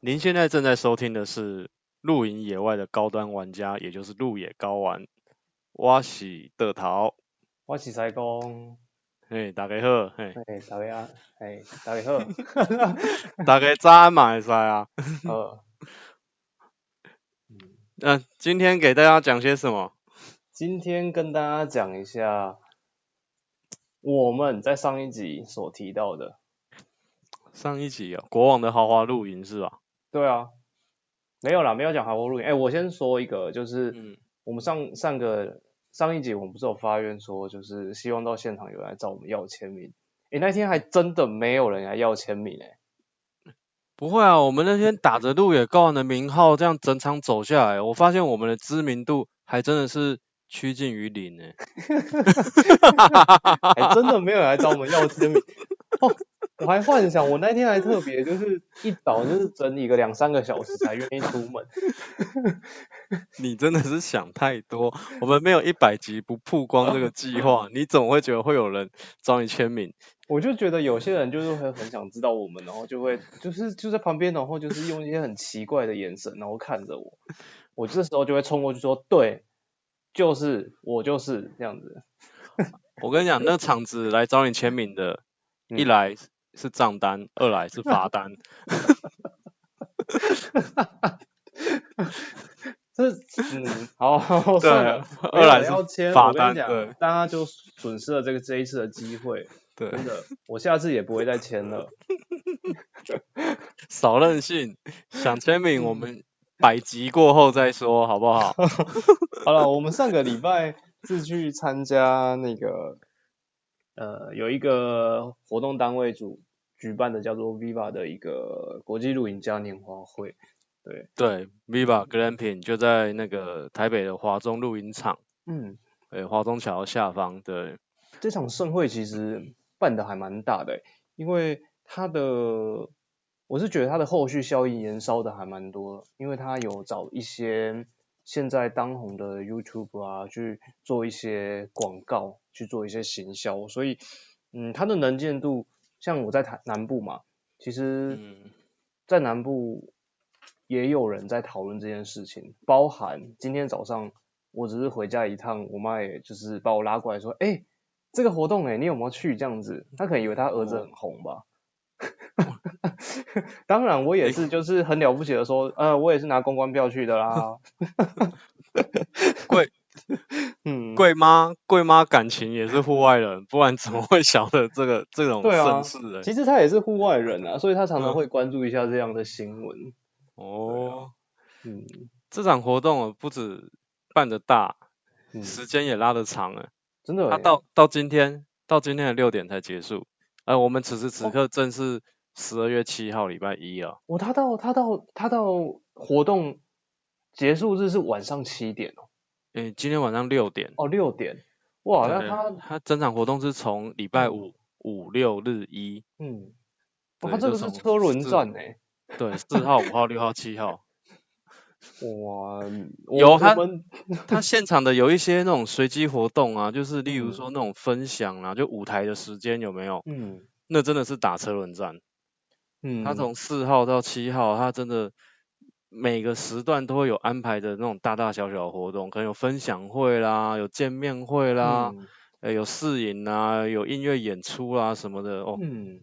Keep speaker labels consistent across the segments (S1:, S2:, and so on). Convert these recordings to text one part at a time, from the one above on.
S1: 您现在正在收听的是《露营野外的高端玩家》，也就是露野高玩。我是德桃，
S2: 我是才工，
S1: 嘿，大家好，嘿，
S2: 嘿，大家啊，嘿，大家好，
S1: 大家早安嘛会使啊。
S2: 好，
S1: 那、嗯今天给大家讲些什么？
S2: 今天跟大家讲一下我们在上一集所提到的，
S1: 上一集哦，国王的豪华露营是吧？
S2: 对啊，没有啦，没有讲韩国录影，哎，我先说一个，就是
S1: 嗯，
S2: 我们上上个上一集我们不是有发愿说，就是希望到现场有人来找我们要签名，哎，那天还真的没有人来要签名哎，
S1: 不会啊，我们那天打着露野高玩的名号，这样整场走下来，我发现我们的知名度还真的是趋近于零欸诶、
S2: 还哎真的没有人来找我们要签名。哦，我还幻想我那天还特别就是一早就是整理个两三个小时才愿意出门。
S1: 你真的是想太多。我们没有一百集不曝光这个计 划，你总会觉得会有人找你签名。
S2: 我就觉得有些人就是会很想知道我们，然后就会就是就在旁边，然后就是用一些很奇怪的眼神，然后看着我。我这时候就会冲过去说：“对，就是我就是这样子。
S1: 我跟你讲，那场子来找你签名的，一
S2: 嗯
S1: 来是账单，二来是罚 单。
S2: 这”嗯，好， 好
S1: 对
S2: 算了，没
S1: 二
S2: 有
S1: 来
S2: 人要
S1: 是
S2: 签，
S1: 罚
S2: 我跟
S1: 单
S2: 你讲
S1: 对，
S2: 大家就损失了这个这一次的机会，
S1: 对，
S2: 真的，我下次也不会再签了。
S1: 少任性，想签名我 们百集过后再说，好不好？
S2: 好了，我们上个礼拜是去参加那个，呃，有一个活动单位组举办的叫做 Viva 的一个国际露营嘉年华会。
S1: 对，Viva Glamping 就在那个台北的华中露营场，
S2: 嗯，
S1: 呃，华中桥下方。对，
S2: 这场盛会其实办的还蛮大的欸、因为它的，我是觉得它的后续效应延烧的还蛮多的，因为它有找一些现在当红的 YouTube 啊去做一些广告，去做一些行销，所以，嗯，它的能见度，像我在台南部嘛，其实
S1: 嗯，
S2: 在南部也有人在讨论这件事情，包含今天早上我只是回家一趟，我妈也就是把我拉过来说，哎、这个活动哎、你有没有去？这样子，她可能以为她儿子
S1: 哦
S2: 很红吧。 当然，我也是，就是很了不起的说，呃，我也是拿公关票去的啦。
S1: 贵，
S2: 嗯，
S1: 贵妈贵妈感情也是户外人，不然怎么会晓得这个这种
S2: 对
S1: 盛
S2: 啊
S1: 事、欸？
S2: 其实他也是户外人啊，所以他常
S1: 嗯
S2: 常会关注一下这样的新闻。
S1: 哦，
S2: 嗯
S1: 这场活动哦不止办得大，
S2: 嗯，
S1: 时间也拉得长了。
S2: 真的欸、
S1: 它到到今天到今天的六点才结束，呃，我们此时此
S2: 哦
S1: 刻正是十二月七号礼拜一啊。
S2: 我哦他到他到他到活动结束日是晚上七点哦，
S1: 诶，今天晚上六点。
S2: 哦六点，哇，那
S1: 对
S2: 他
S1: 它整场活动是从礼拜五五六日一，
S2: 嗯，
S1: 对
S2: 哇他这
S1: 就
S2: 个是
S1: 从
S2: 车轮
S1: 四
S2: 战哎，
S1: 对，四号、五号、六号、七号。
S2: 哇，我
S1: 有
S2: 我
S1: 他
S2: 们
S1: 它现场的有一些那种随机活动啊，就是例如说那种分享啊，就舞台的时间有没有？
S2: 嗯
S1: 那真的是打车轮战。
S2: 嗯，
S1: 它从四号到七号，它真的每个时段都会有安排的那种大大小小的活动，可能有分享会啦，有见面会啦，
S2: 嗯
S1: 呃，有试饮啊，有音乐演出啦什么的，哦，
S2: 嗯，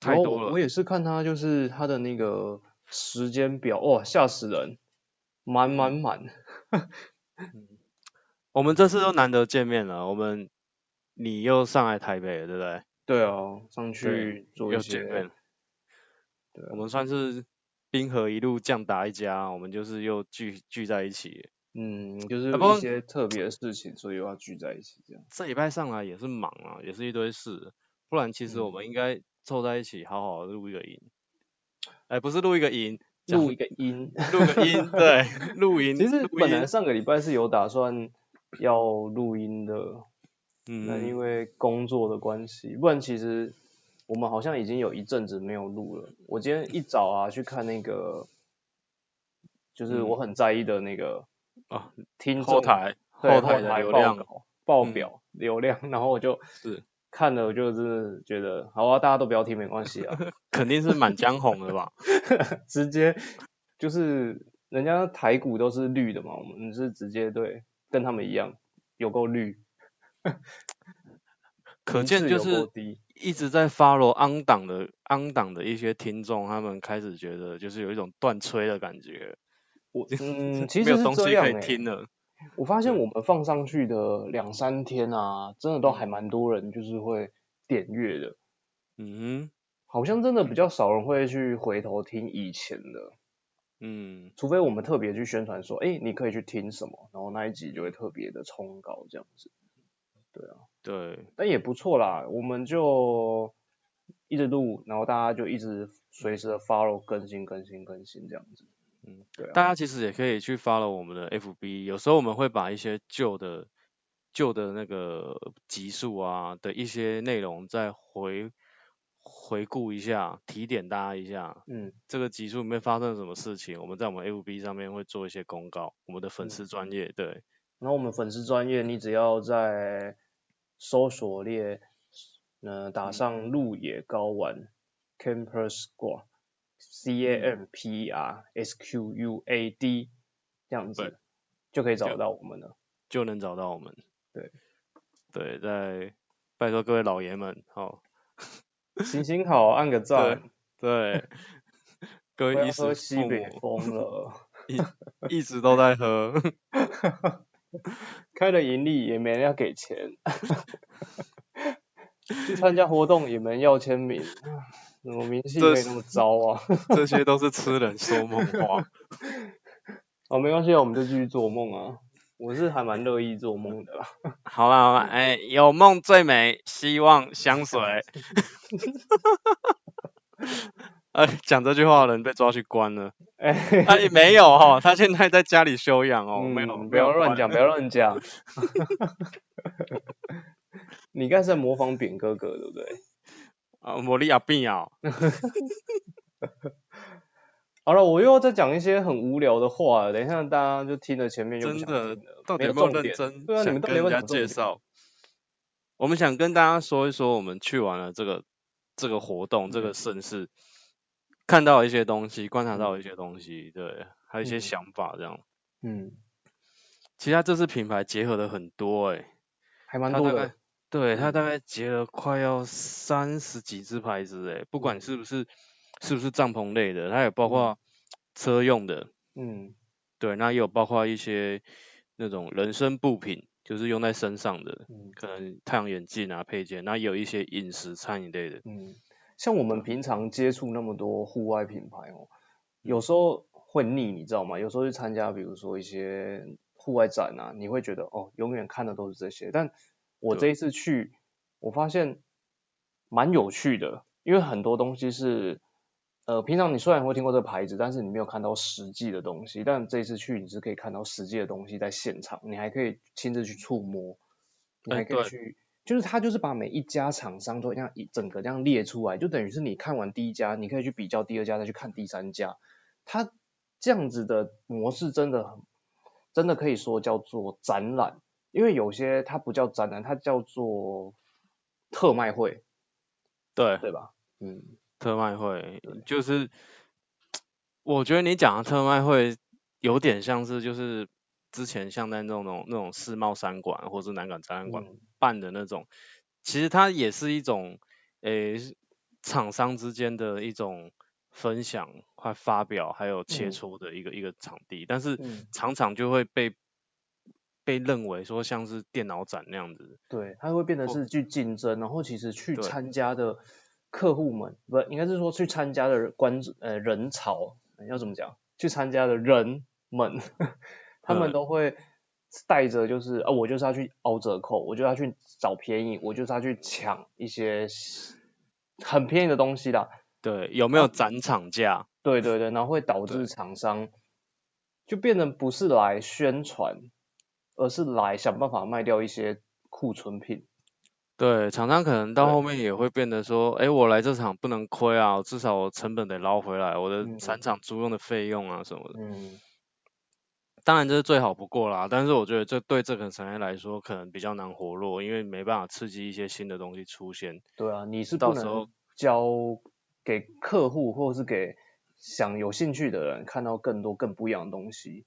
S1: 太
S2: 然后
S1: 多
S2: 我
S1: 了。
S2: 我也是看他就是他的那个时间表，哇，吓死人，满满
S1: 嗯
S2: 满，
S1: 我们这次都难得见面了，我们你又上来台北了，对不对？
S2: 对啊，
S1: 对
S2: 上去做
S1: 又
S2: 一
S1: 见面
S2: 些
S1: 了，
S2: 对
S1: 我
S2: 啊，
S1: 们算是冰河一路降达一家，我们就是又聚聚在一起。
S2: 嗯，就是
S1: 啊不过
S2: 一些特别的事情，所以又要聚在一起这样。
S1: 这礼拜上来也是忙啊，也是一堆事，不然其实我
S2: 嗯
S1: 们应该凑在一起好好地录一个音，哎，不是录一个音，讲
S2: 录一个音。
S1: 录个音，对，录音。
S2: 其实
S1: 录
S2: 本
S1: 音
S2: 来上个礼拜是有打算要录音的，那、
S1: 嗯，
S2: 因为工作的关系，不然其实我们好像已经有一阵子没有录了。我今天一早啊去看那个，就是我很在意的那个
S1: 啊，
S2: 听
S1: 嗯
S2: 众
S1: 后台
S2: 对
S1: 后台的
S2: 台
S1: 流
S2: 报
S1: 量
S2: 告报
S1: 嗯
S2: 表流量，然后我就是看了，我就真的觉得好啊，大家都不要听没关系啊，
S1: 肯定是满江红的吧？
S2: 直接就是人家台股都是绿的嘛，我们是直接对跟他们一样，有够绿，
S1: 可
S2: 民
S1: 见
S2: 智
S1: 就
S2: 有
S1: 是
S2: 够低，
S1: 一直在 follow 昂党的昂党的一些听众，他们开始觉得就是有一种断吹的感觉，
S2: 我 嗯其
S1: 没
S2: 实
S1: 有
S2: 是
S1: 东
S2: 这
S1: 西
S2: 样
S1: 可以
S2: 哎、
S1: 听了。
S2: 我发现我们放上去的两三天啊，真的都还蛮多人就是会点阅的，
S1: 嗯哼
S2: 好像真的比较少人会去回头听以前的，
S1: 嗯，
S2: 除非我们特别去宣传说，哎、你可以去听什么，然后那一集就会特别的冲高这样子，
S1: 对，
S2: 但也不错啦，我们就一直录，然后大家就一直随时的 follow 更新更新更新这样子，
S1: 嗯，
S2: 对啊，
S1: 大家其实也可以去 follow 我们的 FB，有时候我们会把一些旧的旧的那个集数啊的一些内容再回回顾一下，提点大家一下，
S2: 嗯，
S1: 这个集数里面发生了什么事情，我们在我们 FB 上面会做一些公告，我们的粉
S2: 嗯
S1: 丝专业，对，
S2: 然后我们粉丝专业，你只要在搜索列，呃，打上鹿野高玩 （Camper Squad）。C A M P E R S Q U A D 这样
S1: 对
S2: 子就可以找
S1: 就
S2: 到我们了。
S1: 就能找到我们。
S2: 对，
S1: 对，在拜托各位老爷们，好、
S2: 行行好，按个赞。
S1: 对，各
S2: 我
S1: 位
S2: 要
S1: 衣
S2: 喝
S1: 食
S2: 西
S1: 父
S2: 北
S1: 母
S2: 风 了，
S1: 一直都在喝，
S2: 开了盈利也没人要给钱， 去参加活动也没人要签名， 怎么名气
S1: 这
S2: 可以那么糟啊？
S1: 这些都是痴人说梦 话。
S2: 哦，没关系啊，我们就继续做梦啊。我是还蛮乐意做梦的啦。
S1: 好啦好啦，哎、有梦最美，希望相 随。呃，讲这句话的人被抓去关了。
S2: 哎、
S1: 哎、没有哦，他现在在家里休养哦，没有，
S2: 嗯不要
S1: 没有
S2: 乱
S1: 关
S2: 讲，不要乱讲。 你刚才在模仿扁哥哥，对不对？
S1: 啊，魔力亚病啊，
S2: 好了，我又要再讲一些很无聊的话了，等一下大家就听了前面就不
S1: 真
S2: 想
S1: 的
S2: 听了
S1: 到底
S2: 没
S1: 有
S2: 有
S1: 没有
S2: 重
S1: 认
S2: 点
S1: 真
S2: 对啊，你
S1: 想
S2: 们到底
S1: 跟
S2: 有没
S1: 人家
S2: 有讲重
S1: 介
S2: 点？
S1: 绍？我们想跟大家说一说，我们去完了这个这个活动，
S2: 嗯
S1: 这个盛事，看到一些东西，观察到一些东西，对，还有一些
S2: 嗯
S1: 想法这样。
S2: 嗯，
S1: 其实它这次品牌结合的很多哎、
S2: 还蛮
S1: 它
S2: 多
S1: 大
S2: 的嗯
S1: 概。对它大概结了快要三十几支牌子哎、不管
S2: 嗯
S1: 是不是是不是帐篷类的，它也包括车用的，
S2: 嗯
S1: 对，那也有包括一些那种人身部品，就是用在身上的，
S2: 嗯
S1: 可能太阳眼镜啊配件，那也有一些饮食餐饮类的，
S2: 嗯，像我们平常接触那么多户外品牌哦，有时候会腻，你知道吗？有时候去参加，比如说一些户外展啊，你会觉得哦，永远看的都是这些。但我这
S1: 对
S2: 一次去，我发现蛮有趣的，因为很多东西是。呃，平常你虽然会听过这个牌子，但是你没有看到实际的东西。但这一次去，你是可以看到实际的东西在现场，你还可以亲自去触摸，你
S1: 哎
S2: 还可以
S1: 对
S2: 去，就是他就是把每一家厂商都这样一整个这样列出来，就等于是你看完第一家，你可以去比较第二家，再去看第三家。它这样子的模式真的很，真的可以说叫做展览，因为有些它不叫展览，它叫做特卖会，
S1: 对，
S2: 对吧？嗯，
S1: 特卖会
S2: 对
S1: 就是，我觉得你讲的特卖会有点像是就是之前像在那种那种世贸三馆或是南港展览馆
S2: 嗯
S1: 办的那种，其实它也是一种诶厂商之间的一种分享、快发表还有切
S2: 嗯
S1: 磋的一个、一个场地，但是
S2: 嗯
S1: 常常就会被被认为说像是电脑展那样子，
S2: 对，它会变得
S1: 或
S2: 是去竞争，然后其实去
S1: 对
S2: 参加的客户们，不应该是说去参加的人观呃人潮，呃要怎么讲？去参加的人们，他们
S1: 嗯
S2: 都会带着就是啊，我就是要去凹折扣，我就要去找便宜，我就是要去抢一些很便宜的东西啦。
S1: 对，有
S2: 哦
S1: 没有展场价？
S2: 对对对，然后会导致厂商就变成不是来宣传，而是来想办法卖掉一些库存品。
S1: 对，厂商可能到
S2: 对
S1: 后面也会变得说，哎，我来这场不能亏啊，至少我成本得捞回来，我的
S2: 嗯
S1: 散场租用的费用啊什么的。
S2: 嗯，
S1: 当然这是最好不过啦，但是我觉得这对这个产业来说可能比较难活络，因为没办法刺激一些新的东西出现。
S2: 对啊，你是
S1: 到
S2: 不
S1: 时候
S2: 能教给客户或者是给想有兴趣的人看到更多更不一样的东西。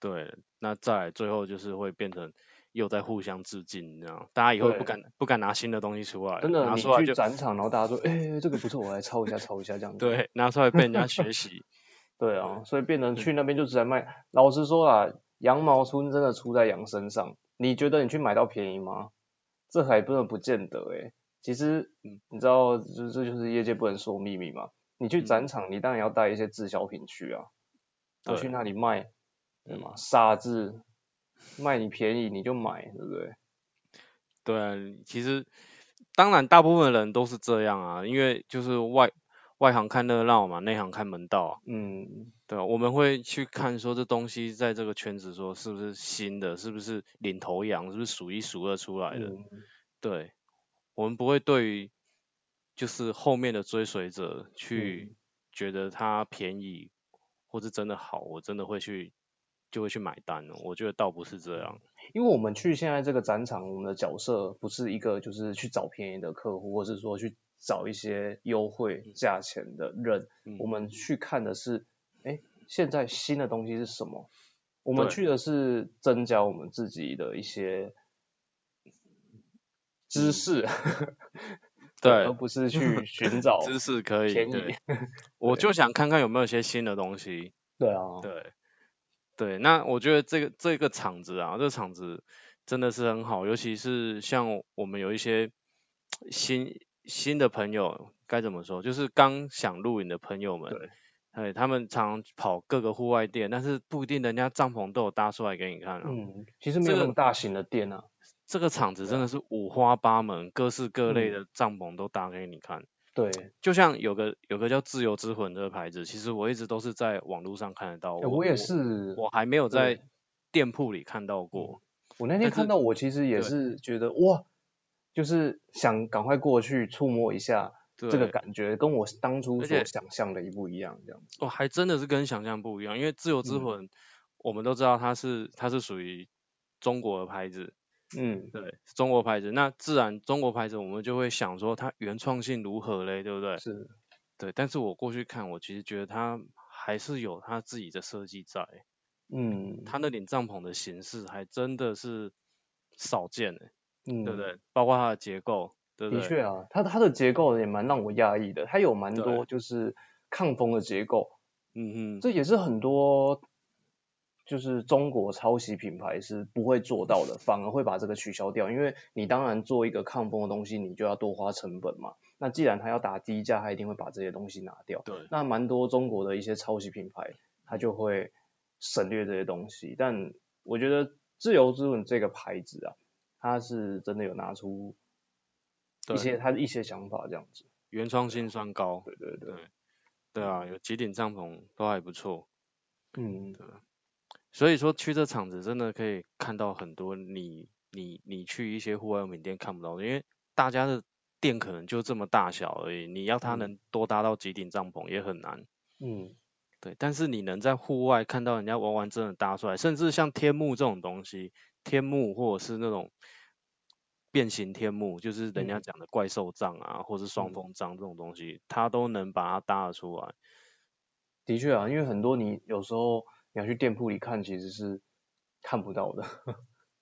S1: 对，那再来最后就是会变成又在互相致敬，你知道吗，大家以后不
S2: 对
S1: 敢不敢拿新的东西出来了，
S2: 真的，
S1: 哎拿
S2: 你
S1: 出来
S2: 去
S1: 就
S2: 展场，然后大家说，哎、这个不错，我来抄一下，抄一下这样子。
S1: 对，拿出来被人家学习。
S2: 对啊，所以变成
S1: 嗯
S2: 去那边就只能卖。老实说啊，羊毛出真的出在羊身上。你觉得你去买到便宜吗？这还真的不见得诶、其实
S1: 嗯
S2: 你知道，这这就是业界不能说秘密嘛。你去
S1: 嗯
S2: 展场，你当然要带一些滞销品去啊，要
S1: 对嗯
S2: 去那里卖，对吗？傻子，卖你便宜你就买，对不对？
S1: 对啊，其实当然大部分人都是这样啊，因为就是外外行看热闹嘛，内行看门道啊。
S2: 嗯，
S1: 对啊，我们会去看说这东西在这个圈子说是不是新的，是不是领头羊，是不是数一数二出来的。
S2: 嗯
S1: 对，我们不会对于就是后面的追随者
S2: 嗯
S1: 去觉得它便宜或是真的好，我真的会去就会去买单哦。我觉得倒不是这样，
S2: 因为我们去现在这个展场，我们的角色不是一个就是去找便宜的客户，或是说去找一些优惠价钱的人，
S1: 嗯
S2: 我们去看的是，哎，现在新的东西是什么？我们
S1: 对
S2: 去的是增加我们自己的一些知识， 而
S1: 嗯对，
S2: 不是去寻找
S1: 知识可以，
S2: 便宜。
S1: 对，我就想看看有没有一些新的东西，
S2: 对啊，
S1: 对，对，那我觉得这个这个场子啊，这个场子真的是很好，尤其是像我们有一些新新的朋友，该怎么说，就是刚想露营的朋友们
S2: 对，
S1: 哎，他们常跑各个户外店，但是不一定人家帐篷都有搭出来给你看啊。
S2: 嗯，其实没有
S1: 这个
S2: 那么大型的店啊，
S1: 这个场子真的是五花八门，各式各
S2: 嗯
S1: 类的帐篷都搭给你看。
S2: 对，
S1: 就像有个有个叫自由之魂这个牌子，其实我一直都是在网络上看得到，
S2: 诶我也是，
S1: 哦我还没有
S2: 对嗯
S1: 在店铺里看到过。
S2: 我那天
S1: 但是
S2: 看到，我其实也
S1: 对
S2: 是觉得哇，就是想赶快过去触摸一下
S1: 对，
S2: 这个感觉，跟我当初
S1: 而
S2: 所
S1: 且
S2: 想象的一不一样，这样子。
S1: 哦，还真的是跟想象不一样，因为自由之
S2: 嗯
S1: 魂，我们都知道它是它是属于中国的牌子，
S2: 嗯，
S1: 对，中国牌子，那自然中国牌子我们就会想说它原创性如何嘞，对不对？
S2: 是，
S1: 对，但是我过去看，我其实觉得它还是有它自己的设计在，
S2: 嗯，
S1: 它那顶帐篷的形式还真的是少见诶，
S2: 嗯，
S1: 对不对？包括它的结构，对不
S2: 的
S1: 对？
S2: 确啊，它它的结构也蛮让我讶异的，它有蛮
S1: 对
S2: 多就是抗风的结构，
S1: 嗯哼，
S2: 这也是很多就是中国抄袭品牌是不会做到的，反而会把这个取消掉。因为你当然做一个抗风的东西，你就要多花成本嘛。那既然他要打低价，他一定会把这些东西拿掉。
S1: 对，
S2: 那蛮多中国的一些抄袭品牌，它就会省略这些东西。但我觉得自由之吻这个牌子啊，它是真的有拿出一
S1: 对
S2: 些它的一些想法这样子。
S1: 原创性算高，
S2: 对对对，
S1: 对啊，有几顶帐篷都还不错，
S2: 嗯，
S1: 所以说去这场子真的可以看到很多你你你去一些户外用品店看不到的，因为大家的店可能就这么大小而已，你要它
S2: 嗯
S1: 能多搭到几顶帐篷也很难。
S2: 嗯，
S1: 对，但是你能在户外看到人家完完整整搭出来，甚至像天幕这种东西，天幕或者是那种变形天幕，就是人家
S2: 嗯
S1: 讲的怪兽帐啊，或是双
S2: 嗯
S1: 峰帐这种东西，它都能把它搭得出来。
S2: 的确啊，因为很多你有时候你要去店铺里看，其实是看不到的，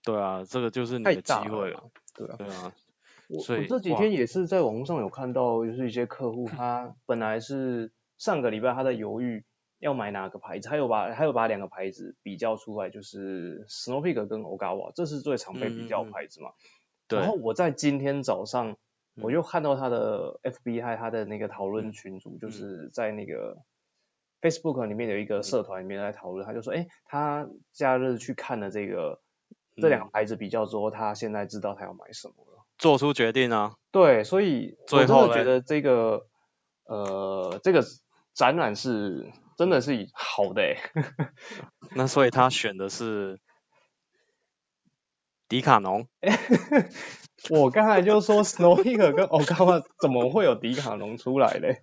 S1: 对啊，这个就是你
S2: 太
S1: 的嗯机
S2: 大
S1: 会
S2: 了
S1: 了
S2: 啦。。对啊，
S1: 对啊，
S2: 我
S1: 所
S2: 我
S1: 以
S2: 这几
S1: 哇
S2: 天也是在网络上有看到，就是一些客户他本来是上个礼拜他在犹豫要买哪个牌子，他有把他有把两个牌子比较出来，就是 Snow Peak 跟 Ogawa，这是最常被比较
S1: 嗯嗯
S2: 的
S1: 嗯
S2: 牌子嘛。然后
S1: 对，
S2: 我在今天早上，我
S1: 嗯
S2: 就看到他的 FB 还有他的那个讨
S1: 嗯
S2: 论群组，就
S1: 嗯
S2: 是在那个 Facebook 里面有一个社团里面在讨论，他就说，哎，他假日去看了这个这
S1: 嗯
S2: 两个牌子比较之后，他现在知道他要买什么了。
S1: 做出决定啊。
S2: 对，所以我
S1: 最
S2: 真
S1: 后
S2: 的觉
S1: 嘞
S2: 得这个呃这个展览是真的
S1: 嗯
S2: 是好的、欸，
S1: 那所以他选的是迪卡侬，
S2: 我刚才就说 Snow Peak 跟 Ogawa 怎么会有迪卡侬出来嘞？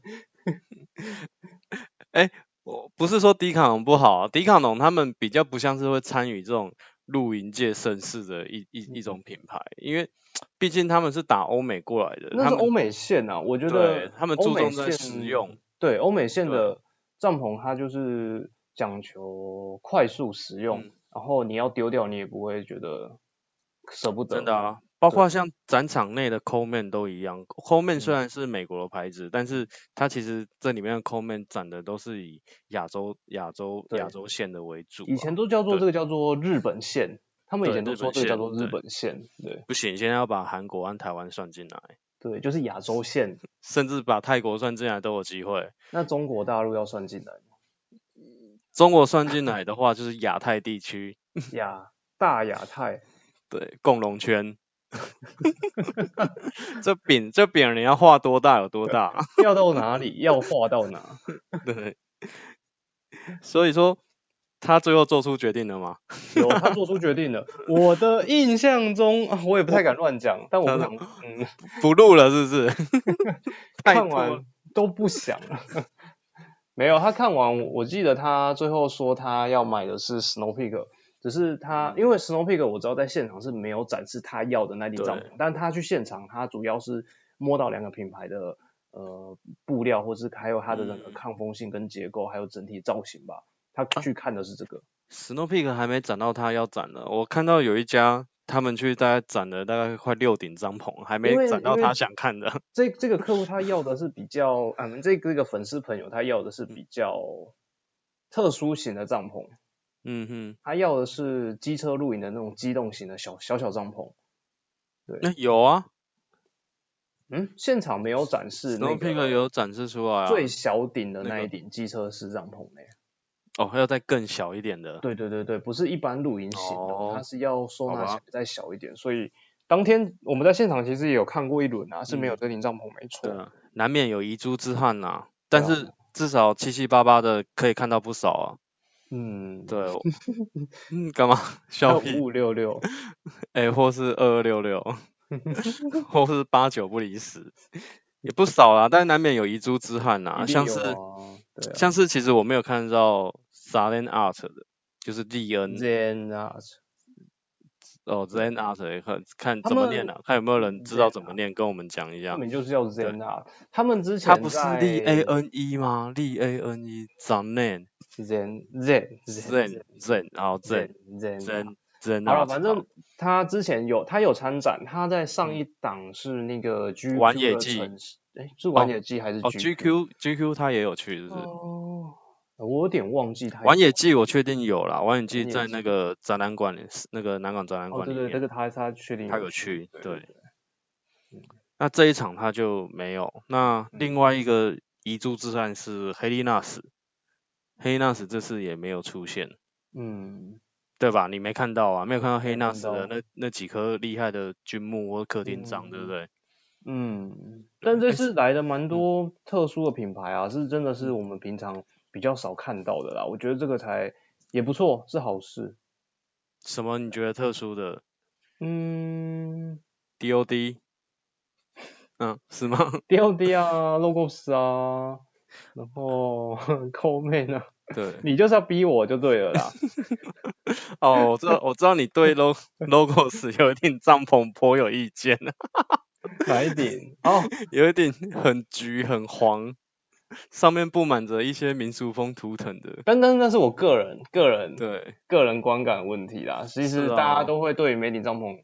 S1: 我不是说迪卡侬不好、啊，迪卡侬他们比较不像是会参与这种露营界盛世的一一
S2: 嗯
S1: 一种品牌，因为毕竟他们是打欧美过来的，
S2: 那
S1: 他
S2: 是
S1: 们
S2: 欧美线啊，我觉
S1: 对
S2: 得
S1: 他们
S2: 欧
S1: 注
S2: 美
S1: 重在
S2: 线
S1: 实用，
S2: 对欧美线的帐篷，它就是讲求快速实用，
S1: 嗯
S2: 然后你要丢掉你也不会觉得舍不得。
S1: 真的啊，包括像展场内的 Coleman 都一样，Coleman
S2: 嗯
S1: 虽然是美国的牌子，但是它其实这里面的 Coleman 展的都是以亚洲、亚洲、
S2: 对
S1: 亚洲线的为主、啊。
S2: 以前都叫做
S1: 对
S2: 这个叫做日本线，他们以
S1: 对
S2: 前都
S1: 日
S2: 说
S1: 本
S2: 这个叫
S1: 线
S2: 做日
S1: 对
S2: 本线，对
S1: 不行，现在要把韩国和台湾算进来，
S2: 对，就是亚洲线。
S1: 甚至把泰国算进来都有机会。
S2: 那中国大陆要算进 来吗，
S1: 中国算进来的话，就是亚太地区，
S2: 亚大亚太，
S1: 对，共荣圈。 这饼这饼你要画多大有多大？啊
S2: 要到哪里要画到哪？
S1: 对，所以说他最后做出决定了吗？
S2: 有他做出决定了。我的印象中，啊我也不太敢乱讲，但我 不想，嗯，
S1: 不录了是不是？太
S2: 看
S1: 多了
S2: 完都不想了。 没有，他看完，我记得他最后说他要买的是 Snow Peak，只是他
S1: 嗯
S2: 因为 Snow Peak 我知道在现场是没有展示他要的那顶帐篷
S1: 对，
S2: 但他去现场他主要是摸到两个品牌的呃布料，或是还有它的那个
S1: 嗯
S2: 抗风性跟结构，还有整体造型吧。他去看的是这个，
S1: Snow Peak 还没展到他要展呢，我看到有一家他们去大概展了大概快六顶帐篷，还没
S2: 因为
S1: 展到
S2: 因为
S1: 他想看的。
S2: 这这个客户他要的是比较，我们这个这个粉丝朋友他要的是比较特殊型的帐篷，
S1: 嗯哼，
S2: 他要的是机车露营的那种机动型的小小小帐篷。
S1: 那、有啊
S2: 嗯，现场没有展示那
S1: ，Snow Peak
S2: 个
S1: 有展示出来啊。
S2: 最小顶的
S1: 那
S2: 那
S1: 个
S2: 一顶机车式帐篷呢、
S1: 哦，还有再更小一点的。
S2: 对对对对，不是一般露营型的，
S1: 哦
S2: 它是要收纳
S1: 好吧
S2: 起来再小一点，所以。当天我们在现场其实也有看过一轮啊，是没有
S1: 嗯
S2: 这顶帐篷，没错。
S1: 对啊，难免有遗珠之憾呐、但
S2: 对啊
S1: 是至少七七八八的可以看到不少啊。
S2: 嗯，
S1: 对， 我嗯，干嘛
S2: 还有
S1: 笑屁？
S2: 五五六六，
S1: 哎、或是二二六 六，或是八九不离十，也不少啦，但难免有遗珠之憾呐、
S2: 一定
S1: 像
S2: 有
S1: 是、
S2: 啊对啊，
S1: 像是其实我没有看到 Salen Art 的，就是利恩
S2: Zen 啊，
S1: 哦 Zen Art 也看看
S2: 他
S1: 怎么
S2: 们
S1: 念呢、看有没有人知道怎
S2: Zen
S1: 么念，跟我们讲一
S2: 他
S1: 下。
S2: 们就是叫 Zen 啊，他们之前
S1: 他不是 L
S2: 在
S1: A N E 吗？L A N E Zanen
S2: Zen Zen
S1: Zen Zen 然后
S2: 哦
S1: Zen
S2: Zen
S1: Zen Zen
S2: 哦好了，
S1: Art，
S2: 反正他之前有他有参展，他在上一档是那个 G
S1: 嗯玩野记
S2: 哎，是玩野记还是
S1: 哦 GQ GQ 他也有去，是不是？
S2: 哦，我有点忘记他
S1: 玩野记我确定有啦，玩野
S2: 玩
S1: 记
S2: 野
S1: 在
S2: 记
S1: 那个展览馆里，那个南港展览
S2: 哦，
S1: 馆
S2: 对
S1: 里
S2: 对，这
S1: 面，
S2: 个他他确定
S1: 他有去，
S2: 对
S1: 对。那这一场他就没有。那
S2: 嗯
S1: 另外一个遗珠之战是黑利纳斯，黑利纳斯这次也没有出现，
S2: 嗯，
S1: 对吧？你没看到啊，没有看到黑利纳斯
S2: 没
S1: 的
S2: 看到
S1: 那那几颗厉害的军木或客厅章，对不
S2: 嗯
S1: 对？
S2: 嗯，但这次来的蛮
S1: 嗯
S2: 多特殊的品牌啊，是真的是我们平常比较少看到的啦。我觉得这个才也不错，是好事。
S1: 什么你觉得特殊的
S2: 嗯
S1: DOD？嗯，是吗？
S2: ，D O D 啊，Logos 啊，然后 Coleman 啊，
S1: 对，
S2: 你就是要逼我就对了 啦。
S1: 哦，我知道，我知道你 对 log logos 有一点帐篷颇有意见，啊
S2: 哪一点？ 哦，
S1: 有一点很橘很黄，上面布满着一些民俗风图腾的。
S2: 但但是那是我个人个人
S1: 对，
S2: 个人观感问题啦。其
S1: 是
S2: 实
S1: 啊
S2: 大家都会对于美顶帐篷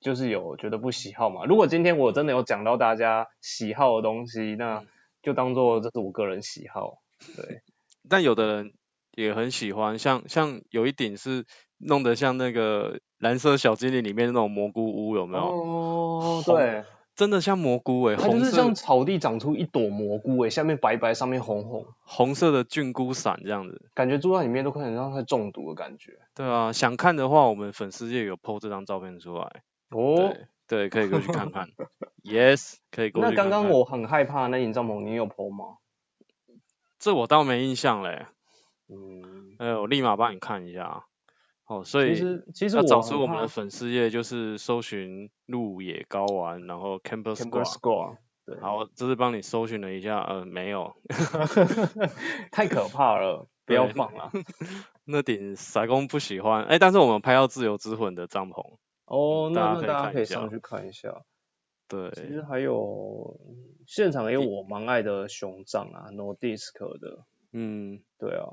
S2: 就是有觉得不喜好嘛。如果今天我真的有讲到大家喜好的东西，那
S1: 嗯
S2: 就当做这是我个人喜好。对，
S1: 但有的人也很喜欢，像像有一顶是弄得像那个蓝色小精灵里面那种蘑菇屋，有没有？
S2: 哦，
S1: 红
S2: 对，
S1: 真的像蘑菇诶、
S2: 它就
S1: 红
S2: 是
S1: 色
S2: 像草地长出一朵蘑菇、欸，下面白白，上面红红，
S1: 红色的菌菇伞这样子。
S2: 感觉住在里面都可能让它中毒的感觉。
S1: 对啊，想看的话，我们粉丝页有 po 这张照片出来。
S2: 哦，
S1: 对对，可以过去看 看。yes，可以过去
S2: 那
S1: 看看。
S2: 刚刚我很害怕那顶帐篷，你有剖吗？
S1: 这我倒没印象嘞，
S2: 嗯，
S1: 呃，我立马帮你看一下。哦，所
S2: 其
S1: 以
S2: 实其实
S1: 要
S2: 我
S1: 找
S2: 很
S1: 出我们
S2: 怕
S1: 的粉丝页，就是搜寻鹿野高丸，然后 Campus
S2: Camper
S1: Squad，
S2: Squad，对，
S1: 好，这是帮你搜寻了一下，呃，没有，
S2: 啊 太可怕了，不要
S1: 对
S2: 放 了。
S1: 那顶塞工不喜欢，哎，但是我们拍到自由之魂的帐篷，
S2: 哦，
S1: 大家
S2: 那
S1: 可以
S2: 那大家
S1: 看
S2: 可
S1: 一
S2: 以
S1: 下
S2: 上去看一下。其
S1: 对，
S2: 实还有嗯现场也有我蛮爱的熊掌啊，No Disc 的，
S1: 嗯，
S2: 对啊，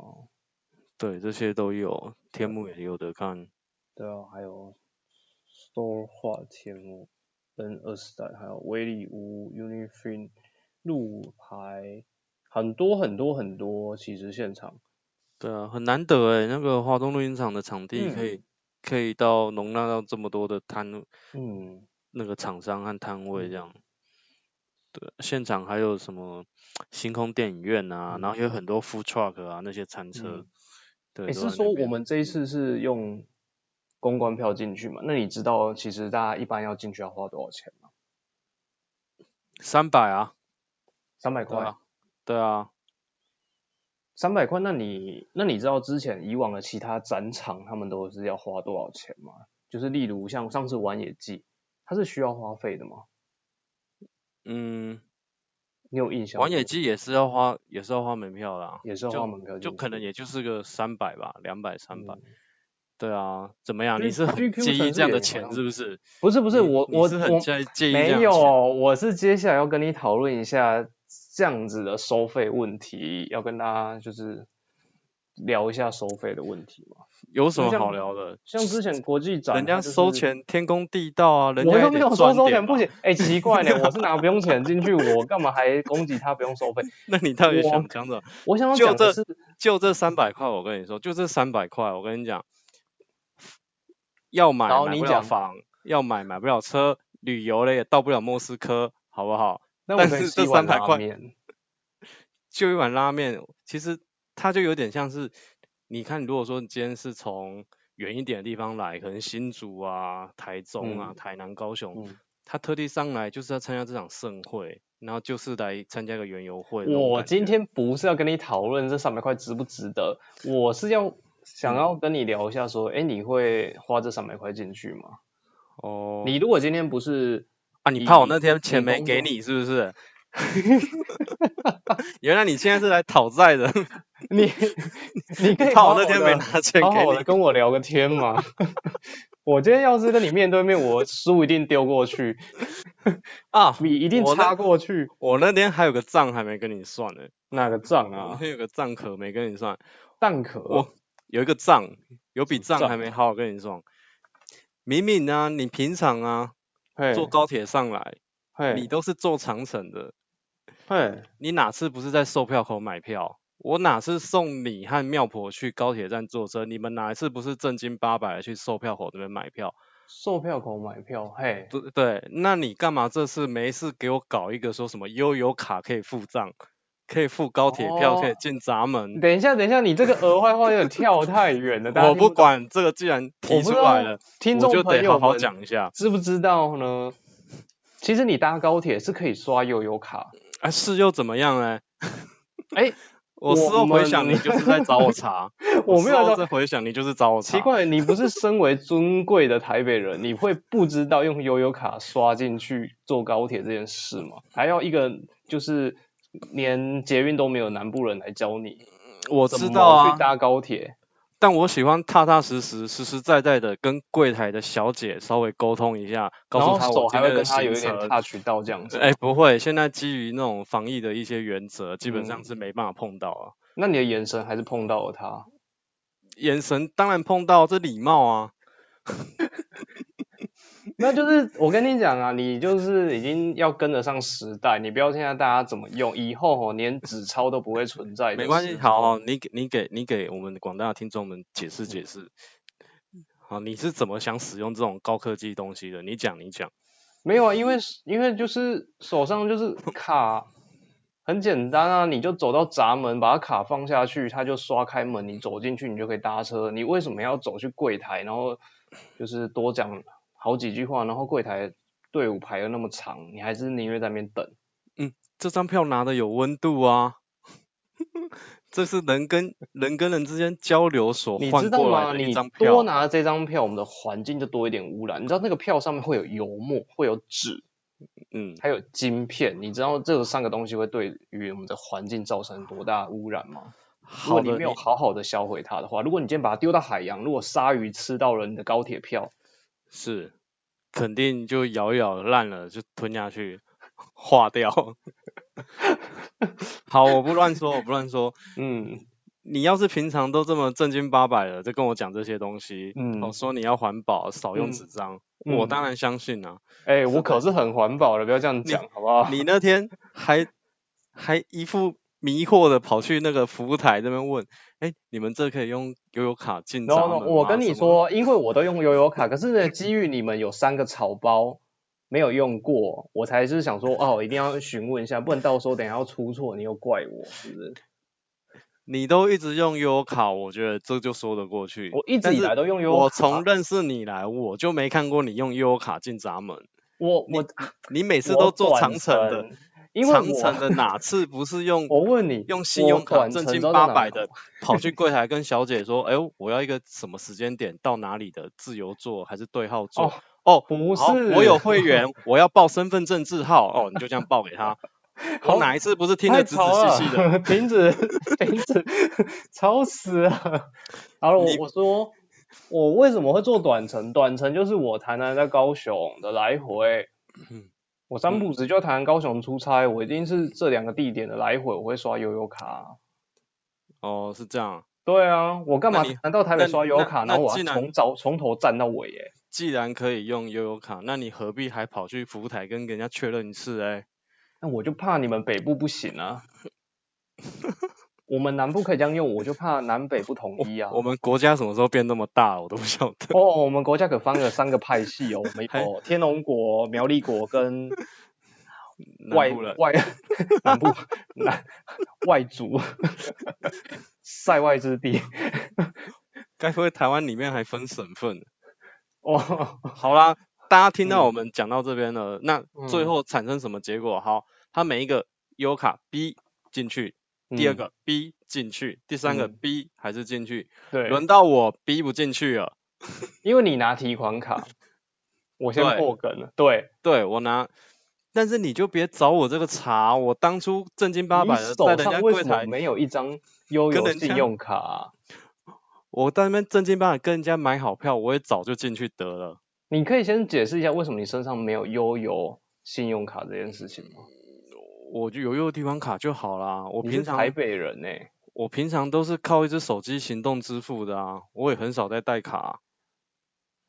S1: 对，这些都有，天幕也有的看，
S2: 对啊，还有 Store 化天幕 N 二十代，还有威利屋 Unifin 路牌，很多很多很多，其实现场
S1: 对啊，很难得哎，那个华东录音厂的场地可
S2: 嗯
S1: 以、可以到容纳到这么多的摊
S2: 嗯
S1: 那个厂商和摊位这样。对，现场还有什么星空电影院啊，然后有很多 food truck 啊，那些餐车。
S2: 嗯
S1: 对，
S2: 也
S1: 都
S2: 是
S1: 在那
S2: 说我
S1: 边嗯
S2: 们这一次是用公关票进去嘛？那你知道其实大家一般要进去要花多少钱吗？
S1: 三百啊，
S2: 三百
S1: 对
S2: 块。
S1: 啊，对啊，
S2: 三百块，那你那你知道之前以往的其他展场他们都是要花多少钱吗？就是例如像上次玩野记，它是需要花费的吗？
S1: 嗯，
S2: 你有印象吗？
S1: 玩野鸡也是要花，也是要花门票啦，
S2: 也是要
S1: 就
S2: 花门票进
S1: 就
S2: 去
S1: 可能也就是个三百吧，两百、三百
S2: 嗯。
S1: 对啊，怎么样？
S2: 就是
S1: 你是很
S2: GQ
S1: 介
S2: 城
S1: 意
S2: 市
S1: 这样的
S2: 也好
S1: 钱
S2: 像
S1: 是不是？
S2: 不是不是
S1: 你
S2: 我
S1: 你
S2: 我
S1: 是很
S2: 我
S1: 介介意这样
S2: 没
S1: 的
S2: 有，
S1: 钱
S2: 我是接下来要跟你讨论一下这样子的收费问题，要跟大家就是聊一下收费的问题嘛。
S1: 有什
S2: 就
S1: 么
S2: 像
S1: 好聊的？
S2: 像之前国际展，
S1: 人家
S2: 它就是
S1: 收钱天公地道啊，人
S2: 我
S1: 家
S2: 又
S1: 也
S2: 没
S1: 得
S2: 有说
S1: 赚
S2: 收
S1: 点啊
S2: 钱不
S1: 吧
S2: 行，，哎、奇怪 呢，我是拿不用钱进去，我干嘛还攻击他不用收费？
S1: 那你到底
S2: 我
S1: 想讲什么？
S2: 我想要
S1: 就
S2: 讲的
S1: 这
S2: 是，
S1: 就这三百块，我跟你说，就这三百块，我跟你讲，要买
S2: 好
S1: 买
S2: 你
S1: 不了
S2: 讲
S1: 房，要买买不了车，旅游嘞也到不了莫斯科，好不好？
S2: 那
S1: 但
S2: 我可以
S1: 是
S2: 吃一
S1: 这
S2: 碗
S1: 300
S2: 拉
S1: 块
S2: 面，
S1: 就一碗拉面，其实它就有点像是，你看，如果说你今天是从远一点的地方来，可能新竹啊、台中啊、
S2: 嗯
S1: 台南、高雄，
S2: 嗯，
S1: 他特地上来就是要参加这场盛会，然后就是来参加个园游会那种感觉。
S2: 我今天不是要跟你讨论这三百块值不值得，我是要
S1: 嗯
S2: 想要跟你聊一下说，哎、你会花这三百块进去吗？
S1: 哦，
S2: 你如果今天不是
S1: 啊，你
S2: 以
S1: 怕我那天钱
S2: 以
S1: 没
S2: 工
S1: 给
S2: 作
S1: 你是不是？ 原来你现在是来讨债的，
S2: 你，你可以
S1: 怕
S2: 好
S1: 我
S2: 哎好
S1: 那天没
S2: 的
S1: 拿钱
S2: 好好
S1: 给
S2: 的
S1: 你。
S2: 跟我聊个天嘛。 我今天要是跟你面对面，我书一定丢过去，
S1: 啊，
S2: 笔一定
S1: 我那
S2: 插过去，
S1: 我那天还有个账还没跟你算呢，
S2: 哪个账
S1: 我那
S2: 啊？
S1: 天有个账可没跟你算，
S2: 蛋壳。
S1: 我有一个账，有笔
S2: 什
S1: 账
S2: 么
S1: 还
S2: 账
S1: 没好好跟你算。明明呢、你平常啊
S2: 嘿
S1: 坐高铁上来，你
S2: 嘿
S1: 都是坐长城的，
S2: 嘿，
S1: 你哪次不是在售票口买票？我哪次送你和妙婆去高铁站坐车？你们哪一次不是正经八百的去售票口那边买票？
S2: 售票口买票，嘿，
S1: 对对，那你干嘛这次没事给我搞一个说什么悠游卡可以付账，可以付高铁票，可以
S2: 哦
S1: 进闸门？
S2: 等一下，等一下，你这个额外话有点跳太远了，大家
S1: 我
S2: 听
S1: 不
S2: 懂，
S1: 管这个，既然提
S2: 我不
S1: 出
S2: 知道
S1: 来了，
S2: 听
S1: 我
S2: 众
S1: 就
S2: 朋
S1: 得
S2: 友
S1: 好好
S2: 们
S1: 讲一下。
S2: 知不知道呢？其实你搭高铁是可以刷悠游卡，
S1: 啊，是又怎么样呢？
S2: 哎，
S1: 我事
S2: 我
S1: 后回
S2: 们
S1: 想，你就是在找我茬。
S2: 我没有
S1: 事后
S2: 说
S1: 再回想，你就是找我茬。
S2: 奇，怪，你不是身为尊贵的台北人，你会不知道用悠游卡刷进去坐高铁这件事吗？还要一个就是连捷运都没有南部人来教你，
S1: 我
S2: 怎
S1: 知
S2: 么
S1: 道啊
S2: 去，搭高铁？
S1: 但我喜欢踏踏实实、实实在在的跟柜台的小姐稍微沟通一下，告
S2: 然
S1: 诉
S2: 后
S1: 她
S2: 手
S1: 我今
S2: 还会
S1: 天的
S2: 跟他
S1: 行
S2: 有一点
S1: 程。
S2: touch 到这样子。
S1: 哎，不会，现在基于那种防疫的一些原则，基本上
S2: 嗯
S1: 是没办法碰到啊。
S2: 那你的眼神还是碰到了他，
S1: 眼神当然碰到，这礼貌啊。
S2: 那就是我跟你讲啊，你就是已经要跟得上时代，你不要现在大家怎么用，以后哦连纸钞都不会存在的时候。嗯
S1: 没关系，好、你给你给你给我们广大的听众们解释解释。好，你是怎么想使用这种高科技东西的？你讲，你讲。
S2: 没有啊，因为是因为就是手上就是卡，很简单啊，你就走到闸门，把卡放下去，它就刷开门，你走进去，你就可以搭车。你为什么要走去柜台，然后就是多讲好几句话，然后柜台队伍排的那么长，你还是宁愿在那边等？
S1: 这张票拿的有温度啊， 这是人跟人跟人之间交流所
S2: 你
S1: 换
S2: 知道
S1: 过
S2: 吗？
S1: 来的一
S2: 你
S1: 张票。
S2: 多拿这张票，我们的环境就多一点污染。你知道那个票上面会有油墨，会有纸，
S1: 嗯，
S2: 还有晶片，你知道这三个东西会对于我们的环境造成多大污染吗？如
S1: 好
S2: 果你
S1: 的，
S2: 没有
S1: 你
S2: 好好的销毁它的话，如果你今天把它丢到海洋，如果鲨鱼吃到了你的高铁票，
S1: 是肯定就咬一咬烂了就吞下去，化掉。 好，我不乱说，我不乱说。
S2: 嗯
S1: 你要是平常都这么正经八百的在跟我讲这些东西，
S2: 嗯
S1: 哦，说你要环保，少用
S2: 嗯
S1: 纸张，
S2: 嗯
S1: 我当然相信啊。
S2: 哎、我可是很环保的，不要这样讲好不好？
S1: 你那天还还一副迷惑的跑去那个服务台那边问，哎、你们这可以用悠游卡进
S2: 然
S1: 账
S2: 后
S1: 吗
S2: 呢，我跟你，
S1: 什么
S2: 说，因为我都用悠游卡，可是呢，基于你们有三个草包没有用过，我才就是想 说，哦，一定要询问一下，不然到时候等一下要出错，你又怪我，是不是？
S1: 你都一直用悠游卡，我觉得这就说得过去。
S2: 我一直
S1: 但
S2: 以
S1: 是
S2: 来都用悠游卡，
S1: 我从认识你来，我就没看过你用悠游卡进闸门。
S2: 我我
S1: 你每次
S2: 我
S1: 都坐
S2: 短
S1: 长城的，
S2: 程，因为
S1: 长
S2: 我
S1: 城的哪次不是用
S2: 我问你，
S1: 用信用卡
S2: 我短
S1: 正
S2: 程
S1: 经
S2: 都在
S1: 八
S2: 哪
S1: 百的跑去柜台跟小姐说，哎呦，我要一个什么时间点到哪里的自由座还是对号座？
S2: 哦
S1: 哦，
S2: 不
S1: 好
S2: 是
S1: 我有会员，我要报身份证字号，哦，你就这样报给他。我
S2: 好
S1: 哪一次不是听
S2: 哦太
S1: 得仔仔
S2: 吵了，
S1: 细细的？
S2: 停止，停止， 吵死了。好了，我
S1: 你
S2: 我说我为什么会做短程？短程就是我台南到高雄的来回
S1: 嗯，
S2: 我三不五时就要台南高雄出差，我一定是这两个地点的来回，我会刷悠游卡。
S1: 哦，是这样。
S2: 对啊，我干嘛
S1: 那你
S2: 难道台北
S1: 那
S2: 刷
S1: 你
S2: 悠游
S1: 那
S2: 卡，
S1: 那
S2: 然后我
S1: 既
S2: 要
S1: 然
S2: 从早从头站到尾耶？
S1: 既然可以用悠游卡，那你何必还跑去服务台跟人家确认一次？哎，
S2: 那我就怕你们北部不 行啊。我们南部可以这样用，我就怕南北不统一啊。
S1: 我们国家什么时候变那么大了？我都不晓得。
S2: 哦，我们国家可分了三个派系哦，我们
S1: 还
S2: 有天龙国、苗栗国跟外
S1: 南部人
S2: 外南部南外族塞外之地
S1: 该不会台湾里面还分省份？
S2: 哦。
S1: 好啦，大家听到
S2: 嗯
S1: 我们讲到这边了，那最
S2: 嗯
S1: 后产生什么结果？好，它每一个优卡 B 进去，第二
S2: 嗯
S1: 个 B 进去，第三个
S2: 嗯
S1: B 还是进去，
S2: 对，
S1: 轮到我 B 不进去了，
S2: 因为你拿提款卡，我先
S1: 对
S2: 破梗了。对，
S1: 对我拿。但是你就别找我这个茬，我当初正经八
S2: 你
S1: 百的
S2: 手
S1: 在人家
S2: 上为
S1: 柜
S2: 什么
S1: 台，
S2: 没有一张悠
S1: 跟
S2: 游
S1: 人家
S2: 信用卡啊、
S1: 我在那边正经八百跟人家买好票，我也早就进去得了。
S2: 你可以先解释一下为什么你身上没有悠游信用卡这件事情吗？
S1: 我就有用提款卡就好啦，我
S2: 你是
S1: 平常
S2: 台北人欸呢、
S1: 我平常都是靠一只手机行动支付的啊，我也很少在带卡啊、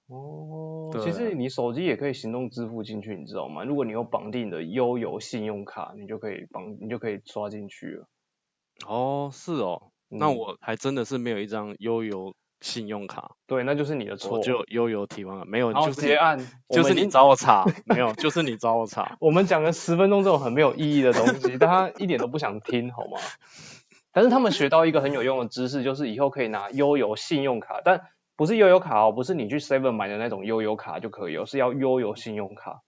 S2: 哦，
S1: 对啊
S2: 其实你手机也可以行动支付进去，你知道吗？如果你有绑定的悠游信用卡，你就可以绑，你就可以刷进去了。
S1: 哦，是哦，那
S2: 嗯
S1: 我还真的是没有一张悠游信用卡，
S2: 对，那就是你的错。
S1: 我就悠游提款卡没有，
S2: 然后
S1: 就
S2: 直
S1: 是
S2: 接
S1: 你
S2: 按，我
S1: 就是
S2: 们已
S1: 你
S2: 经
S1: 找我查， 没有，就是你找我查。
S2: 我们讲了十分钟这种很没有意义的东西，大家一点都不想听，好吗？但是他们学到一个很有用的知识，就是以后可以拿悠游信用卡，但不是悠游卡哦，不是你去 Seven 买的那种悠游卡就可以哦，是要悠游信用卡。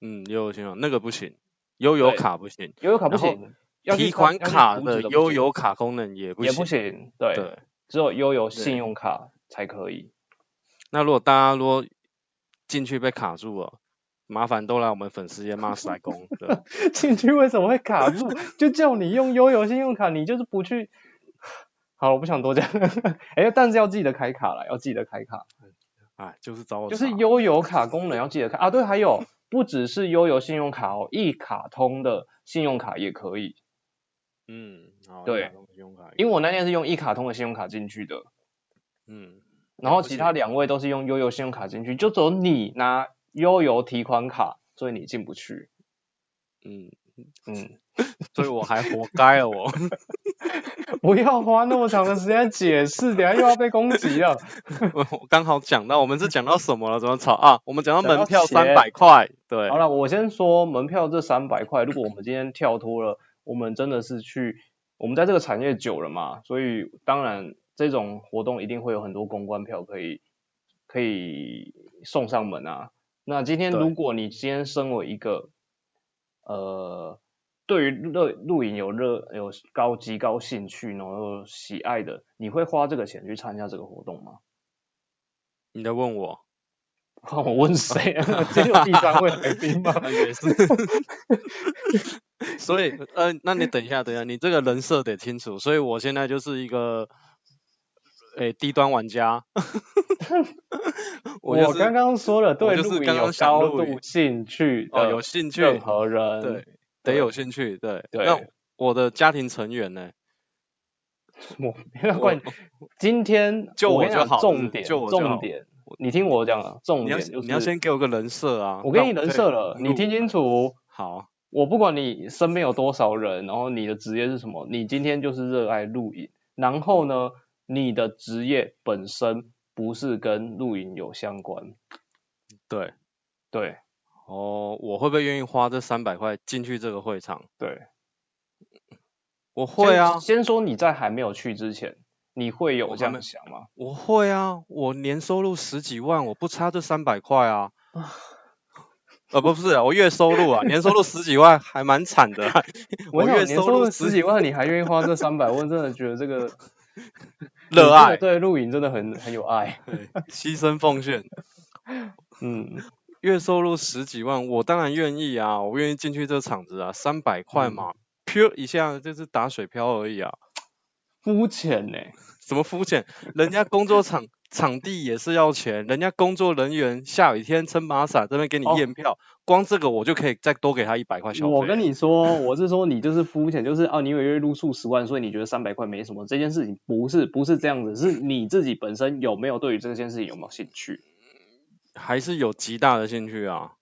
S1: 嗯，悠游信用那个不行，悠游
S2: 对
S1: 卡不行，
S2: 悠游卡不
S1: 然后
S2: 行，要去
S1: 提
S2: 刷
S1: 款卡
S2: 要去储值
S1: 的
S2: 不
S1: 悠
S2: 行
S1: 游卡功能也不
S2: 也不
S1: 行。
S2: 行，对。
S1: 对，
S2: 只有悠游信
S1: 对
S2: 用卡才可以。
S1: 那如果大家如果进去被卡住了，麻烦都来我们粉丝页骂 塞工。对，
S2: 进去为什么会卡住？就叫你用悠游信用卡，你就是不去。好，我不想多讲。 哎、但是要记得开卡了，要记得开卡，
S1: 哎，就是找我
S2: 就
S1: 查。
S2: 是悠游卡功能要记得开啊。对，还有不只是悠游信用卡哦，一卡通的信用卡也可以。
S1: 嗯，好，一
S2: 对
S1: 卡通信用卡，
S2: 因为我那天是用一卡通的信用卡进去的，
S1: 嗯，
S2: 然后
S1: 了不
S2: 其
S1: 起
S2: 他两位都是用悠游信用卡进去，就只有你拿悠游提款卡，所以你进不去。
S1: 嗯，
S2: 嗯。
S1: 所以我还活该啊我。
S2: 不要花那么长的时间解释，等下又要被攻击了。
S1: 我 我刚好讲到，我们是讲到什么了？怎么吵啊？我们讲到
S2: 讲到
S1: 门票
S2: 钱
S1: 三百块，对
S2: 好，了，我先说门票这三百块，如果我们今天跳脱了，我们真的是去，我们在这个产业久了嘛，所以当然这种活动一定会有很多公关票可以可以送上门啊。那今天
S1: 对
S2: 如果你今天身为一个呃对于露露营有热有高级高兴趣，然后又喜爱的，你会花这个钱去参加这个活动吗？
S1: 你在问我，
S2: 换我问谁 啊？只有第三位来 宾吗？
S1: 也是。所以，呃，那你等一下，等一下，你这个人设得清楚。所以我现在就是一个，诶、低端玩家。
S2: 我
S1: 就是
S2: 刚刚说了，对
S1: 我就是
S2: 露营
S1: 刚
S2: 有
S1: 刚想
S2: 高
S1: 录影
S2: 度兴趣
S1: 哦，
S2: 的
S1: 有兴趣，
S2: 任何人，
S1: 对，得
S2: 对
S1: 有兴趣，对。
S2: 对
S1: 那我的家庭成员呢？
S2: 我没有关系。今天
S1: 就
S2: 我
S1: 我
S2: 跟你讲
S1: 就好
S2: 重点，
S1: 就我就好
S2: 重点，你听我讲啊，重
S1: 你要
S2: 点
S1: 先
S2: 就是
S1: 你要先给我个人设啊。
S2: 我给
S1: 让
S2: 你人
S1: 可以
S2: 设了，
S1: 录
S2: 你听清楚。
S1: 好，
S2: 我不管你身边有多少人，然后你的职业是什么，你今天就是热爱露营。然后呢，你的职业本身不是跟露营有相关，
S1: 对。
S2: 对
S1: 哦，我会不会愿意花这三百块进去这个会场？
S2: 对。
S1: 我会啊
S2: 先，先说你在还没有去之前，你会有
S1: 我
S2: 这
S1: 还没
S2: 样想 吗？
S1: 我会啊，我年收入十几万，我不差这三百块啊。呃，不是啊，我月收入啊，年收入十几万，还蛮惨的 啊、我
S2: 想
S1: 月
S2: 年
S1: 收
S2: 收
S1: 入
S2: 入十
S1: 十
S2: 几万，你还愿意花 这三百万，真的觉得这个你真
S1: 热
S2: 的
S1: 爱、
S2: 对露营真的很很有爱。
S1: 牺牲奉献，
S2: 嗯，
S1: 月收入十几万，我当然愿意啊，我愿意进去这场子啊，三百块
S2: 嗯
S1: 嘛，飘、一下就是打水漂而已啊，
S2: 肤浅呢，
S1: 什么肤浅？ 人家工作场场地也是要钱，人家工作人员下雨天撑把伞这边给你
S2: 哦
S1: 验票，光这个我就可以再多给他一百块小费。
S2: 我跟你说，我是说你就是肤浅，就是哦，你以为月入数十万，所以你觉得三百块没什么。这件事情不是不是这样子，是你自己本身有没有对于这件事情有没有兴趣？
S1: 还是有极大的兴趣啊，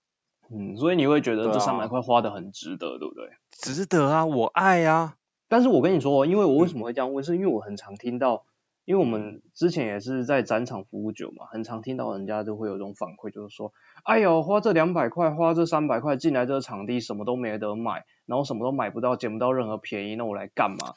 S2: 嗯，所以你会觉得
S1: 对啊
S2: 这三百块花的很值得，对不对？
S1: 值得啊，我爱啊，
S2: 但是我跟你说，哦因为
S1: 嗯
S2: 我为什么会这样问，是因为我很常听到，因为我们之前也是在展场服务久嘛，很常听到人家就会有一种反馈，就是说，哎呦，花这两百块，花这三百块进来这个场地，什么都没得买，然后什么都买不到，捡不到任何便宜，那我来干嘛？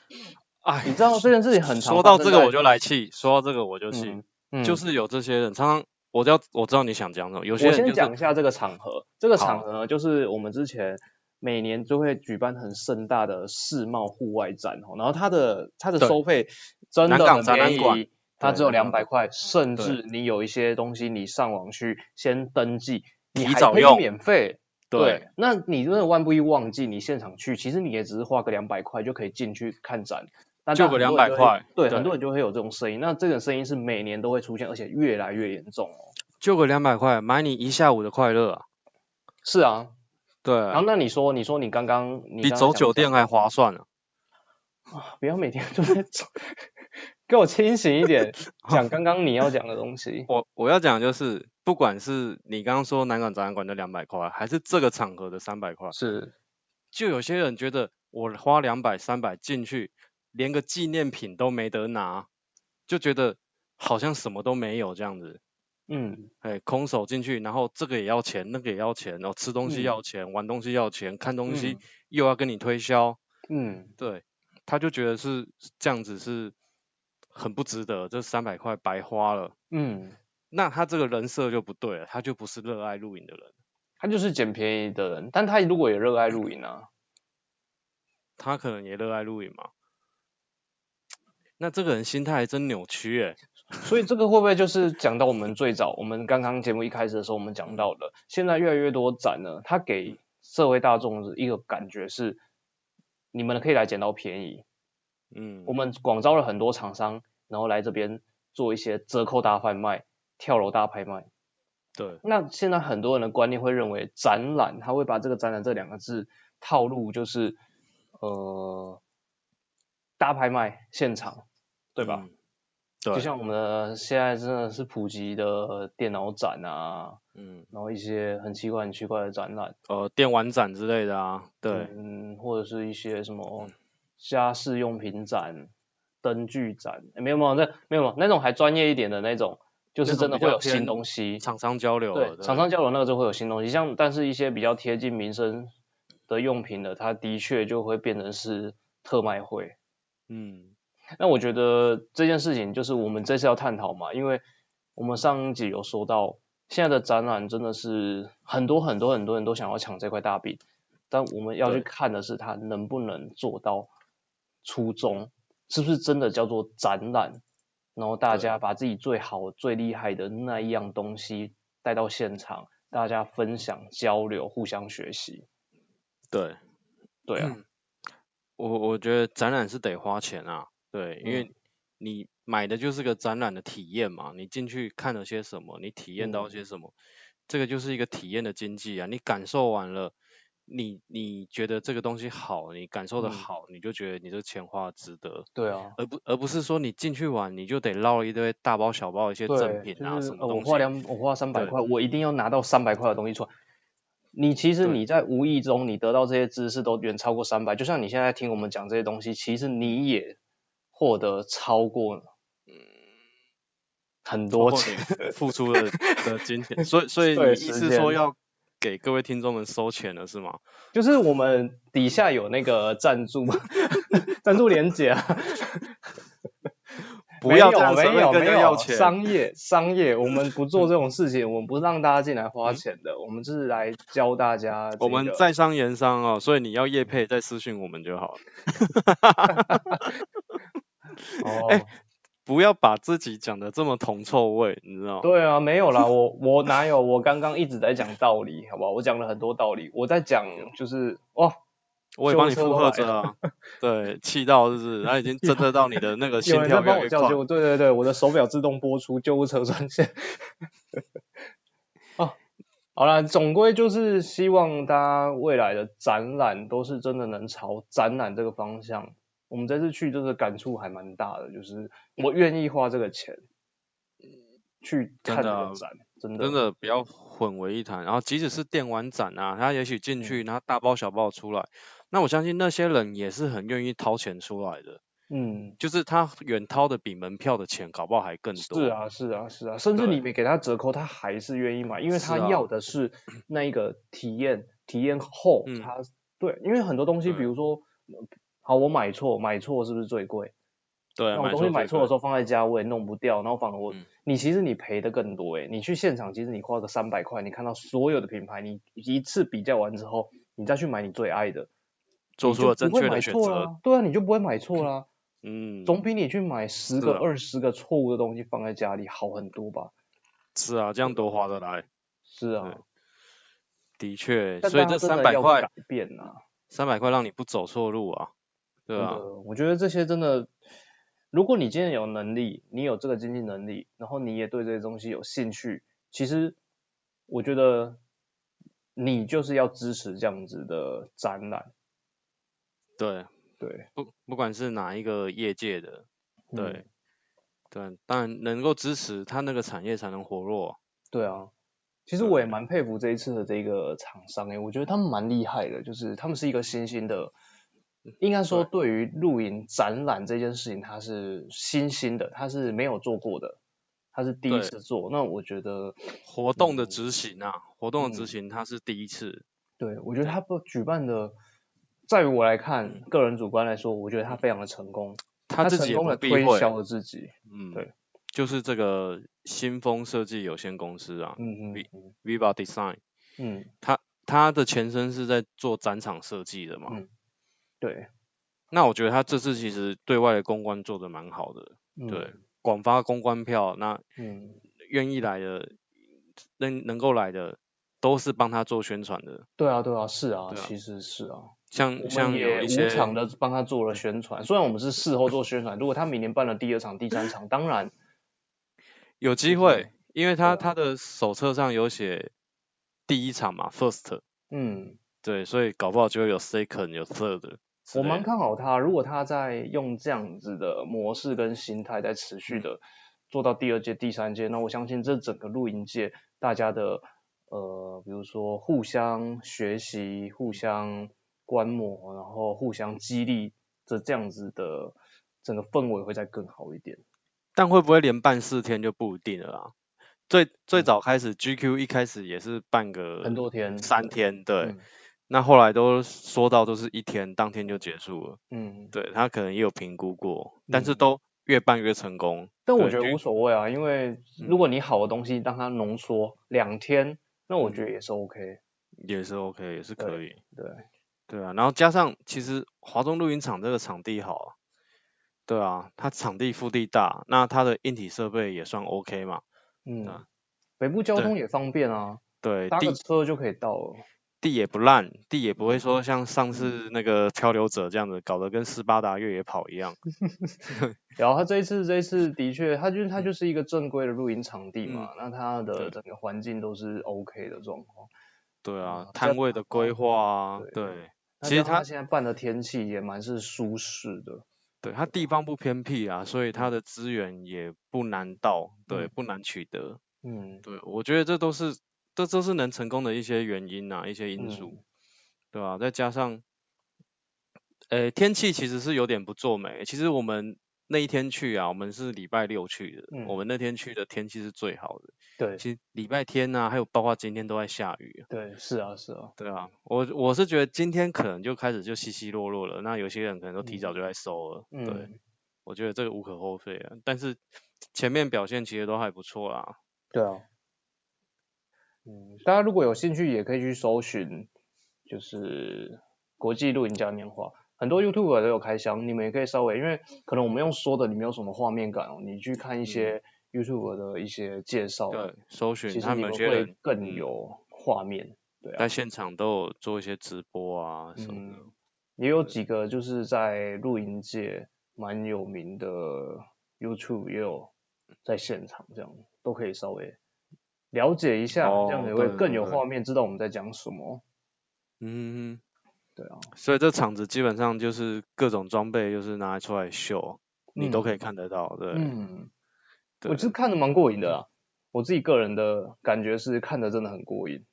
S1: 哎
S2: 你，知道这件事情很常
S1: 说到
S2: 发
S1: 这
S2: 生
S1: 个
S2: 在
S1: 我就来气，说到这个我就气，
S2: 嗯嗯
S1: 就是有这些人常常，我知道我知道你想讲什么，有些
S2: 我
S1: 人
S2: 先
S1: 就是
S2: 讲一下这个场合，这个
S1: 好
S2: 场合呢就是我们之前每年都会举办很盛大的世贸户外展哦，然后它的它的
S1: 对
S2: 收费真的
S1: 南港
S2: 很
S1: 展览
S2: 便
S1: 馆
S2: 宜，它只有
S1: 南
S2: 两
S1: 港
S2: 百块，甚
S1: 对
S2: 至你有一些东西你上网去先登记，你
S1: 提
S2: 还
S1: 早
S2: 可以
S1: 用
S2: 免费。
S1: 对
S2: 对，那你真的万不一忘记，你现场去，其实你也只是花个两百块就可以进去看展，那
S1: 就
S2: 那
S1: 个
S2: 很多
S1: 200
S2: 人就会
S1: 块
S2: 对，
S1: 对
S2: 很多人就会有这种声音。那这种声音是每年都会出现，而且越来越严重哦。
S1: 就个两百块买你一下午的快乐啊，
S2: 是啊，
S1: 对，
S2: 然后那你说，你说你刚刚你
S1: 比
S2: 刚刚
S1: 走
S2: 想
S1: 酒店
S2: 讲
S1: 还划算呢、啊
S2: 不要每天都在走， 给我清醒 一点，讲刚刚你要讲的东西。
S1: 我我要讲的就是，不管是你刚刚说南港展览馆的两百块，还是这个场合的三百块，
S2: 是，
S1: 就有些人觉得我花两百三百进去，连个纪念品都没得拿，就觉得好像什么都没有这样子。
S2: 嗯，
S1: 哎，空手进去，然后这个也要钱，那个也要钱，然后吃东西
S2: 嗯
S1: 要钱，玩东西要钱，看东西又要跟你推销，
S2: 嗯，
S1: 对，他就觉得是这样子是很不值得，这三百块白花了。
S2: 嗯，
S1: 那他这个人设就不对了，他就不是热爱露营的人，
S2: 他就是捡便宜的人，但他如果也热爱露营啊，
S1: 他可能也热爱露营嘛。那这个人心态还真扭曲哎、
S2: 所以这个会不会就是讲到我们最早，我们刚刚节目一开始的时候我们讲到的，现在越来越多展呢，它给社会大众的一个感觉是，你们可以来捡到便宜，
S1: 嗯，
S2: 我们广招了很多厂商，然后来这边做一些折扣大贩卖、跳楼大拍卖。
S1: 对
S2: 那现在很多人的观念会认为展览，他会把这个展览这两个字套路就是呃大拍卖现场，对吧？
S1: 嗯对，
S2: 就像我们的现在真的是普及的电脑展啊，
S1: 嗯
S2: 然后一些很奇怪很奇怪的展览，
S1: 呃电玩展之类的啊，对，
S2: 嗯，或者是一些什么家饰用品展、灯具展，诶没有没有那没有没有那种还专业一点的那种，就是
S1: 那种
S2: 真的
S1: 比
S2: 会
S1: 较
S2: 有新
S1: 偏
S2: 东西，
S1: 厂商交流了
S2: 嗯对，厂商交流那个就会有新东西，像但是一些比较贴近民生的用品的，它的确就会变成是特卖会。
S1: 嗯
S2: 那我觉得这件事情就是我们这次要探讨嘛，因为我们上一集有说到，现在的展览真的是很多很多很多人都想要抢这块大饼，但我们要去
S1: 对
S2: 看的是它能不能做到初衷，是不是真的叫做展览，然后大
S1: 对
S2: 家把自己最好最厉害的那一样东西带到现场，大家分享、交流、互相学习。
S1: 对，
S2: 对啊，
S1: 嗯我我觉得展览是得花钱啊，对，因
S2: 嗯
S1: 为你买的就是个展览的体验嘛，你进去看了些什么，你体验到些
S2: 嗯
S1: 什么，这个就是一个体验的经济啊。你感受完了，你你觉得这个东西好，你感受的
S2: 嗯
S1: 好，你就觉得你这钱花得值得，
S2: 对啊，
S1: 而不而不是说你进去玩你就得捞一堆大包小包一些赠
S2: 对，
S1: 品
S2: 就
S1: 啊
S2: 是
S1: 什
S2: 呃
S1: 么
S2: 我
S1: 东
S2: 花
S1: 西，
S2: 两我花三百
S1: 对
S2: 块，我一定要拿到三百块的东西出来。你其实
S1: 对
S2: 你在无意中你得到这些知识都远超过三百，就像你现在听我们讲这些东西，其实你也获得超过很
S1: 包
S2: 多
S1: 括
S2: 钱。
S1: 你付出的的金钱，所以所以
S2: 对
S1: 你意
S2: 时
S1: 思
S2: 间
S1: 说要给各位听众们收钱了是吗？
S2: 就是我们底下有那个赞助 赞助连结啊，
S1: 不要这
S2: 没有
S1: 样随
S2: 没有
S1: 便跟
S2: 没
S1: 人家要
S2: 有
S1: 钱，
S2: 商业商业，我们不做这种事情，我们不让大家进来花钱的，我们是来教大家、这
S1: 嗯
S2: 个。
S1: 我们在商言商哦，所以你要业配再私信我们就好了，
S2: 哦，
S1: 哎不要把自己讲的这么铜臭味，你知道吗？
S2: 对啊，没 有啦，我我哪有？我刚刚一直在讲道理，好不好？我讲了很多道理，我在讲就是哦，
S1: 我也帮你
S2: 救护车
S1: 附
S2: 都
S1: 和
S2: 来
S1: 着啊，对，气到就是，他已经侦测到你的那个 心
S2: 有人在
S1: 跳越
S2: 帮
S1: 来
S2: 我
S1: 越
S2: 叫
S1: 快
S2: 救，，对对对，我的手表自动拨出救护车专线。 哦，好啦，总归就是希望大家未来的展览都是真的能朝展览这个方向。我们这次去就是感触还蛮大的，就是我愿意花这个钱去看这
S1: 真的啊
S2: 个展，真的
S1: 真的不要混为一谈。然后即使是电玩展啊，他也许进去
S2: 嗯
S1: 拿大包小包出来，那我相信那些人也是很愿意掏钱出来的，
S2: 嗯，
S1: 就是他远掏的比门票的钱搞不好还更多。
S2: 是，啊，是啊，是啊，甚至
S1: 对
S2: 你没给他折扣，他还是愿意买，因为他
S1: 是啊
S2: 要的是那一个体验，体验后
S1: 嗯
S2: 他、对，因为很多东西，比
S1: 对
S2: 如说，呃好，我买错，买错是不是最贵？
S1: 对啊，
S2: 那我
S1: 买
S2: 东西买错的时
S1: 候，
S2: 候放在家我也弄不掉，然后反而我、
S1: 嗯
S2: 你其实你赔的更多诶、欸你去现场其实你花个三百块，你看到所有的品牌，你一次比较完之后，你再去买你最爱的，
S1: 做
S2: 你
S1: 出
S2: 就
S1: 了正
S2: 不会
S1: 确的
S2: 买
S1: 选
S2: 错
S1: 择，
S2: 啦对啊，你就不会买错啦，
S1: 嗯，
S2: 总比你去买十
S1: 是
S2: 个、
S1: 啊
S2: 二十个错误的东西放在家里好很多吧？
S1: 是啊，这样多划得来。
S2: 是啊，
S1: 的确，
S2: 但
S1: 所以
S2: 大家
S1: 这
S2: 真的
S1: 三百
S2: 要
S1: 块
S2: 改，变啊，
S1: 三百块让你不走错路啊，对
S2: 真
S1: 啊，
S2: 的我觉得这些真的，如果你今天有能力，你有这个经济能力，然后你也对这些东西有兴趣，其实我觉得你就是要支持这样子的展览，
S1: 对，
S2: 对，
S1: 不不管是哪一个业界的，
S2: 嗯
S1: 对，对，当然能够支持他那个产业才能活络，
S2: 对啊。其实我也
S1: 对
S2: 蛮佩服这一次的这个厂商诶、欸我觉得他们蛮厉害的，就是他们是一个新兴的，应该说对于露营展览这件事情，它是新兴的，它是没有做过的，它是第一
S1: 对
S2: 次做。那我觉得
S1: 活动的
S2: 嗯
S1: 执行啊，活动的
S2: 嗯
S1: 执行它是第一次，
S2: 对，我觉得他不举办的，在于我来看，个人主观来说，我觉得他非常的成功，
S1: 他自
S2: 成
S1: 己也
S2: 功
S1: 不
S2: 的
S1: 避
S2: 推
S1: 讳，
S2: 销了自己。
S1: 嗯，
S2: 对，
S1: 就是这个新风设计有限公司啊
S2: 嗯嗯
S1: 比
S2: 嗯
S1: ，Viva Design，
S2: 嗯，
S1: 它的前身是在做展场设计的嘛，
S2: 嗯对，
S1: 那我觉得他这次其实对外的公关做的蛮好的，
S2: 嗯
S1: 对，，广发公关票，那
S2: 嗯，
S1: 愿意来的，能能够来的，都是帮他做宣传的。
S2: 对啊对啊，是啊，
S1: 对啊
S2: 其实是啊，
S1: 像
S2: 我
S1: 像
S2: 们
S1: 有
S2: 也
S1: 一
S2: 无
S1: 些
S2: 偿的帮他做了宣传，虽然我们是事后做宣传，如果他明年办了第二场、第三场，当然，
S1: 有机
S2: 是
S1: 会，因为他、
S2: 啊
S1: 他的手册上有写第一场嘛，first，
S2: 嗯，
S1: 对，所以搞不好就会有 second 有 third 之
S2: 我
S1: 类
S2: 蛮
S1: 的
S2: 看好他，如果他在用这样子的模式跟心态在持
S1: 嗯
S2: 续的做到第二届、第三届，那我相信这整个露营界大家的呃，比如说互相学习、互相观摩，然后互相激励的这样子的整个氛围会再更好一点。
S1: 但会不会连办四天就不一定了啦。最最早开始 GQ 一开始也是办个
S2: 嗯很多天，
S1: 三天，对，
S2: 嗯
S1: 那后来都说到都是一天，当天就结束了。
S2: 嗯，
S1: 对他可能也有评估过，但是
S2: 嗯
S1: 都越办越成功。
S2: 但我
S1: 对
S2: 觉
S1: 就嗯
S2: 得无所谓啊，因为如果你好的东西让它浓缩两天，那我觉
S1: 嗯
S2: 得也是 OK。
S1: 也是 OK，也是可
S2: 对
S1: 以。
S2: 对，
S1: 对啊，然后加上其实华中露营场这个场地好啊，对啊，它场地腹地大，那它的硬体设备也算 OK 嘛，
S2: 嗯
S1: 啊，
S2: 北部交通也方便啊，
S1: 对，
S2: 搭个
S1: 地
S2: 车就可以到了。
S1: 地也不烂，地也不会
S2: 嗯
S1: 说像上次那个漂流者这样子，搞得跟斯巴达越野跑一
S2: 嗯
S1: 样。
S2: 然后他这一次，这一次的确，他就是他就是一个正规的露营场地嘛，那它的
S1: 嗯对
S2: 整个环境都是 OK 的状况。
S1: 对啊
S2: 啊，比较
S1: 摊位的规划啊，
S2: 对
S1: 对
S2: 那
S1: 其实
S2: 加上
S1: 它
S2: 现在办的天气也蛮是舒适的，
S1: 对，它地方不偏僻啊，所以它的资源也不难到，对，
S2: 嗯
S1: 不难取得。
S2: 嗯，
S1: 对，我觉得这都是这都是能成功的一些原因啊，一些因
S2: 嗯
S1: 素，对吧、再加上，呃，天气其实是有点不作美。其实我们那一天去啊，我们是礼拜六去的，我
S2: 嗯
S1: 们那天去的天气是最好的。
S2: 对
S1: 其实礼拜天呢、还有包括今天都在下雨啊。
S2: 对，是啊是啊，
S1: 对啊，我我是觉得今天可能就开始就稀稀落落了，那有些人可能都提早就在收了。对，
S2: 嗯，
S1: 我觉得这个无可厚非啊，但是前面表现其实都还不错啦。
S2: 对啊，嗯，大家如果有兴趣也可以去搜寻，就是国际露营嘉年华，很多 YouTube 都有开箱，你们也可以稍微，因为可能我们用说的，你没有什么画面感哦，你去看一些 YouTube 的一些介绍，
S1: 嗯
S2: 啊
S1: 对，，搜寻
S2: 哦其
S1: 他
S2: 实你
S1: 们
S2: 们
S1: 有些人
S2: 会更
S1: 嗯
S2: 有画面，对啊
S1: 在，现场都有做一些直播啊什么的。
S2: 嗯，也有几个就是在露营界蛮有名的 YouTube 也有在现场这样，都可以稍微了解一下，这样
S1: 哦
S2: 也会
S1: 对
S2: 更
S1: 对
S2: 有
S1: 对
S2: 画面，知道我们在讲什么。
S1: 嗯，
S2: 对啊，
S1: 所以这场子基本上就是各种装备就是拿出来秀，你都可以看得到。对，
S2: 嗯，
S1: 对
S2: 我是看的蛮过瘾的啦，我自己个人的感觉是看的真的很过瘾。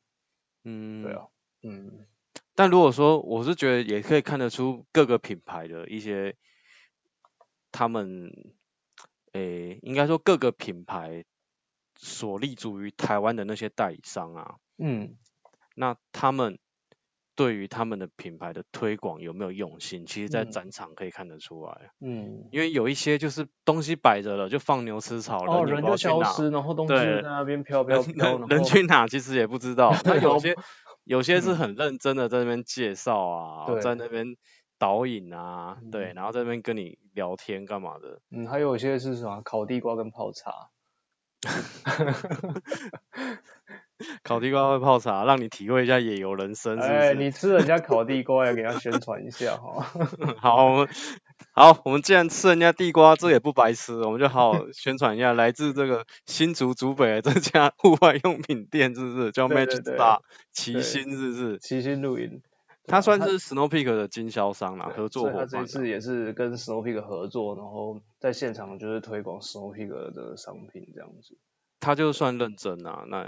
S1: 嗯，
S2: 对啊，嗯
S1: 但如果说我是觉得也可以看得出各个品牌的一些他们，诶，应该说各个品牌所立足于台湾的那些代理商啊，
S2: 嗯，
S1: 那他们对于他们的品牌的推广有没有用心，其实在
S2: 嗯
S1: 展场可以看得出来。
S2: 嗯，
S1: 因为有一些就是东西摆着了，就放牛吃草，
S2: 哦，
S1: 人也
S2: 人
S1: 不知道
S2: 就
S1: 去
S2: 消
S1: 哪
S2: 失，然后东西就
S1: 对
S2: 在那边飘飘
S1: 人
S2: 飘，
S1: 人
S2: 然
S1: 人
S2: 后
S1: 去哪其实也不知 道。那
S2: 然
S1: 有
S2: 后
S1: 些有些是
S2: 嗯
S1: 很认真的在那边介绍啊，
S2: 对
S1: 在那边导引啊，对，
S2: 嗯
S1: 然后在那边跟你聊天干嘛的，
S2: 嗯，还有一些是什么烤地瓜跟泡茶。
S1: 烤地瓜会泡茶，让你体会一下野游人生，是不是？
S2: 嗯哎，你吃人家烤地瓜要给他宣传一下哈。
S1: 好，我们好，我们既然吃人家地瓜，这也不白吃，我们就好好宣传一下来自这个新竹竹北的这家 户外用品店，是不是叫
S2: 对
S1: Match
S2: 对对
S1: Star 齐
S2: 对
S1: 心，是不是？
S2: 齐心露营，
S1: 它
S2: 对啊
S1: 算是 Snow Peak 的经销商啦，合作
S2: 所以
S1: 伙
S2: 他这
S1: 伴
S2: 一
S1: 啊。
S2: 次也是跟 Snow Peak 合作，然后在现场就是推广 Snow Peak 的商品这样子。
S1: 他就算认真啊， 那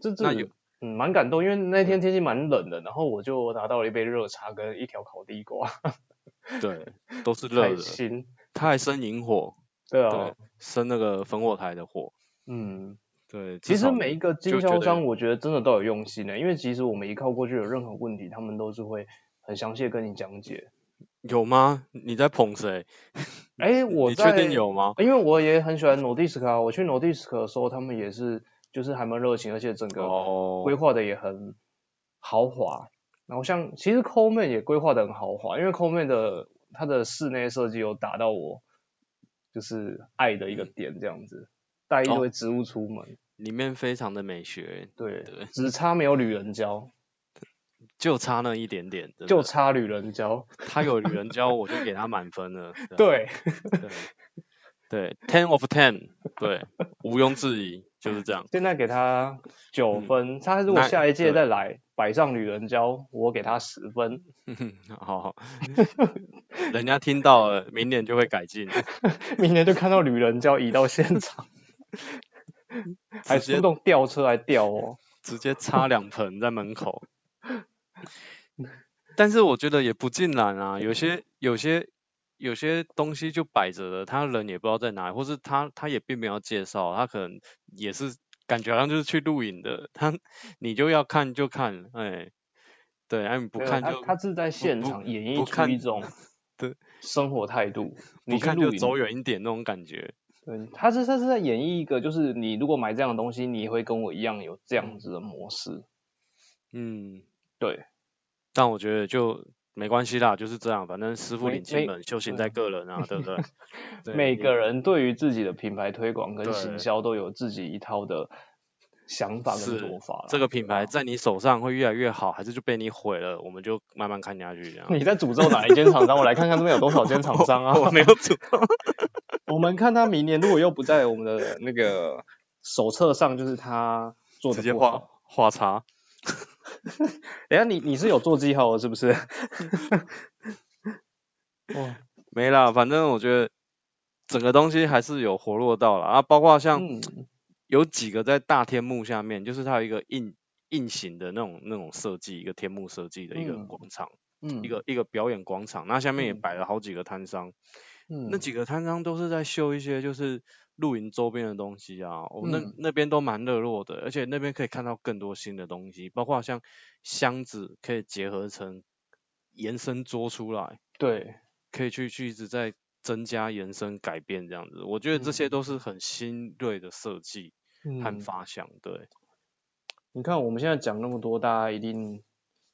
S2: 这这
S1: 那有
S2: 嗯蛮感动，因为那天天气蛮冷的，然后我就拿到了一杯热茶跟一条烤地瓜，
S1: 对都是热
S2: 开
S1: 的，
S2: 心。
S1: 他还生引火，
S2: 对
S1: 对
S2: 啊，，
S1: 生那个烽火台的火，
S2: 嗯，
S1: 对，
S2: 其
S1: 至
S2: 实
S1: 少
S2: 每一个
S1: 就
S2: 经
S1: 觉
S2: 销
S1: 得
S2: 商，我觉得真的都有用心的、因为其实我们一靠过去有任何问题，他们都是会很详细的跟你讲解。
S1: 有吗？你在捧谁？
S2: 哎，
S1: 嗯
S2: 我
S1: 你确
S2: 在
S1: 定有吗？
S2: 因为我也很喜欢 Nordisk 啊，我去 Nordisk 的时候，他们也是就是还蛮热情，而且整个
S1: 哦
S2: 规，划的也很豪华。然后像其实 Coleman 也规划的很豪华，因为 Coleman 的它的室内设计有打到我就是爱的一个点，这样子带一
S1: 嗯哦
S2: 堆植物出门，
S1: 里面非常的美学，
S2: 对，
S1: 对
S2: 只差没有旅人胶，
S1: 就差那一点点， 真
S2: 就
S1: 的
S2: 差旅人胶，
S1: 他有女人教，我就给他满分了。啊
S2: 对，
S1: 对对，ten of ten，对，毋庸置疑就是这样。
S2: 现在给他九
S1: 嗯
S2: 分，他如果
S1: 那
S2: 下一届
S1: 对
S2: 再来摆上旅人胶，我给他十分。
S1: 好 好，人家听到了，明年就会改进，
S2: 明年就看到旅人就要移到现场，还
S1: 直接
S2: 出动吊车来吊哦。
S1: 直接 插两盆在门口。
S2: 嗯
S1: 但是我觉得也不尽然啊，有些有些有些东西就摆着了，他人也不知道在哪里，或是他他也并没有介绍，他可能也是感觉好像就是去录影的，他你就要看就看，哎，对，哎、你不
S2: 没有
S1: 看
S2: 他
S1: 就
S2: 啊他是在现
S1: 不
S2: 场演
S1: 不
S2: 绎出
S1: 看
S2: 一种
S1: 对
S2: 生活态度，
S1: 不
S2: 你去
S1: 看就
S2: 露
S1: 走
S2: 营，
S1: 远一点那种感觉，
S2: 对，他是他是在演绎一个，就是你如果买这样的东西，你也会跟我一样有这样子的模式，
S1: 嗯，
S2: 对，
S1: 但我觉得就没关系啦，就是这样，反正师傅
S2: 每
S1: 领进
S2: 每
S1: 门，修行
S2: 对
S1: 在个人啊，对不 对？对
S2: 嗯每
S1: 你
S2: 个人对于自己的品牌推广跟行
S1: 对
S2: 销都有自己一套的想法跟
S1: 是
S2: 做法啦。
S1: 这个品
S2: 对啊
S1: 牌在你手上会越来越好，还是就被你毁了？我们就慢慢看下去这样。
S2: 你在诅咒哪一间厂商？我来看看这边有多少间厂商啊
S1: 我没有主动，
S2: 我们看他明年如果又不在我们的那个手册上，就是他做
S1: 直
S2: 的
S1: 接
S2: 不
S1: 画
S2: 好。
S1: 画叉。
S2: 等一下你你是有做记号的，是 不是？哦，
S1: 没啦，反正我觉得整个东西还是有活络到了啊，包括像
S2: 嗯，
S1: 有几个在大天幕下面，就是它有一个硬硬型的那种那种设计，一个天幕设计的一个
S2: 嗯
S1: 广场，
S2: 嗯
S1: 一个一个表演广场，那下面也
S2: 嗯
S1: 摆了好几个摊商，
S2: 嗯
S1: 那几个摊商都是在秀一些就是露营周边的东西啊，哦、那
S2: 嗯
S1: 那边都蛮热络的，而且那边可以看到更多新的东西，包括像箱子可以结合成延伸桌出来。
S2: 对，
S1: 可以去去一直在增加、延伸、改变这样子。我觉得这些
S2: 嗯
S1: 都是很新锐的设计和
S2: 嗯，
S1: 发想，对，
S2: 你看我们现在讲那么多，大家一定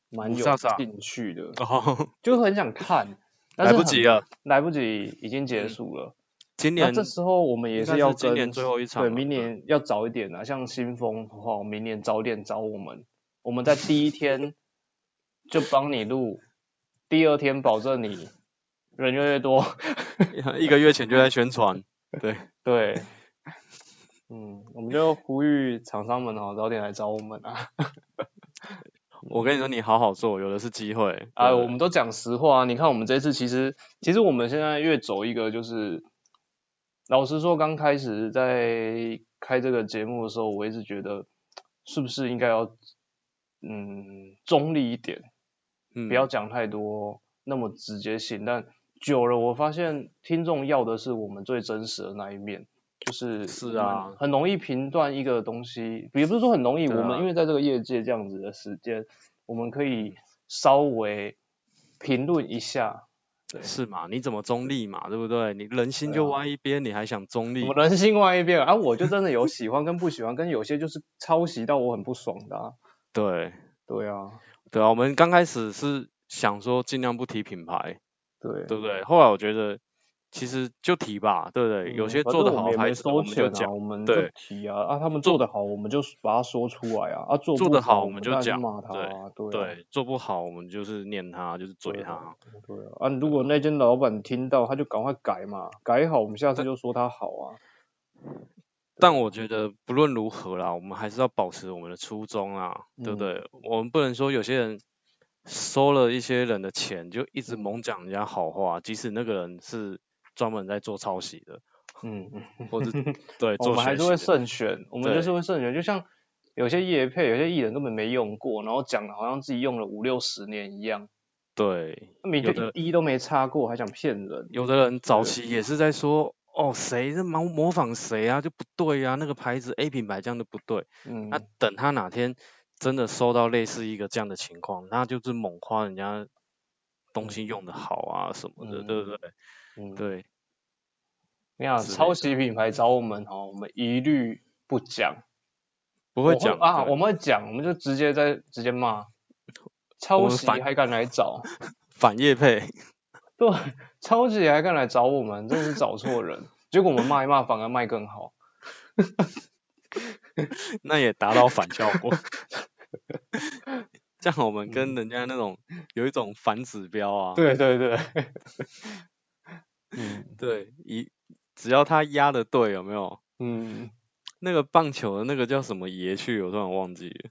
S2: 蛮
S1: 五
S2: 有
S1: 煞煞
S2: 兴趣的，
S1: 哦，
S2: 就很想看，但
S1: 来
S2: 是
S1: 不
S2: 很
S1: 及，了。
S2: 来不及，已经
S1: 嗯
S2: 结束了。
S1: 今
S2: 那
S1: 年
S2: 这时候我们也
S1: 应该
S2: 要
S1: 是今
S2: 跟
S1: 年最后一场
S2: 对，
S1: 了
S2: 明
S1: 对
S2: 年要早一点啊。像新风的话，我明年早点找我们，我们在第 一天就帮你录，第二天保证你人越来越 多。
S1: 一个月前就在宣 传，对，
S2: 对，嗯，我们就呼吁厂商们哦，早点来找我们啊。
S1: 我跟你说，你好好做，有的是机会。啊
S2: 哎，
S1: 对
S2: 我们都讲实话啊，你看我们这次其实，其实我们现在越走一个就是，老实说，刚开始在开这个节目的时候，我一直觉得是不是应该要，嗯，中立一点，
S1: 嗯
S2: 不要讲太多那么直接性。但久了，我发现听众要的是我们最真实的那一面，就是
S1: 是
S2: 我们
S1: 啊
S2: 很容易评断一个东西，也不是说很容易，
S1: 对
S2: 我
S1: 啊
S2: 们因为在这个业界这样子的时间，我们可以稍微评论一下，
S1: 是嘛？你怎么中立嘛？对不对？你人心
S2: 对
S1: 就
S2: 啊
S1: 歪一边，你还想中立
S2: 我？们人性外一边啊，我就真的有喜欢跟不喜欢，跟有些就是抄袭到我很不爽的、啊，
S1: 对，
S2: 对啊，
S1: 对啊，我们刚开始是想说尽量不提品牌，
S2: 对。
S1: 对不对？后来我觉得其实就提吧，对不对？有
S2: 嗯
S1: 些
S2: 反
S1: 做
S2: 正
S1: 的
S2: 我
S1: 好的
S2: 们也
S1: 牌
S2: 没
S1: 子我
S2: 收
S1: 们就
S2: 钱啊，
S1: 讲，
S2: 我们
S1: 对
S2: 就提啊，啊，他们做的好，我们就把它说出来啊，啊，做
S1: 做
S2: 不
S1: 得好
S2: 好，
S1: 我们就
S2: 当然
S1: 讲
S2: 骂他啊，对啊，
S1: 对，做不好我们就是念他，就是
S2: 对
S1: 嘴
S2: 啊
S1: 他。
S2: 对啊，啊，如果那间老板听到，他就赶快改嘛，改好，我们下次就说他好啊。
S1: 但我觉得不论如何啦，我们还是要保持我们的初衷啊，对不
S2: 嗯
S1: 对？我们不能说有些人收了一些人的钱，就一直猛讲人家好话，即使那个人是专门在做抄袭的，
S2: 嗯，嗯
S1: 或 者对
S2: 我
S1: 做
S2: 们还
S1: 学
S2: 是会
S1: 习的。
S2: 慎选，我们就是会慎选，就像有些业配，有些艺人根本没用过，然后讲的好像自己用了五六十年一样，
S1: 对，
S2: 那明
S1: 有
S2: 就
S1: 的
S2: 一滴都没擦过，还想骗人。
S1: 有的人早
S2: 对
S1: 期也是在说，哦，谁在模模仿谁啊，就不对啊，那个牌子 A 品牌这样就不对。
S2: 嗯
S1: 那、，等他哪天真的收到类似一个这样的情况，那就是猛夸人家东西用的好啊什么的，对不对？
S2: 嗯，
S1: 对，
S2: 你看
S1: 之类
S2: 抄
S1: 的
S2: 袭品牌找我们哦，我们一律不讲，
S1: 不
S2: 我
S1: 会讲
S2: 啊，
S1: 对
S2: 我们会讲，我们就直接在直接骂，抄
S1: 们
S2: 袭
S1: 反
S2: 还敢来找。
S1: 反叶配，
S2: 对，超级还敢来找我们，真的是找错人。 结果我们骂一骂，反而卖更好。
S1: 那也达到反效 果。这样我们跟人家那种有一种反指标啊，
S2: 对对对，嗯
S1: 对，一只要他压的对，有没有？
S2: 嗯，
S1: 那个棒球的那个叫什么爷去，我突然忘记了，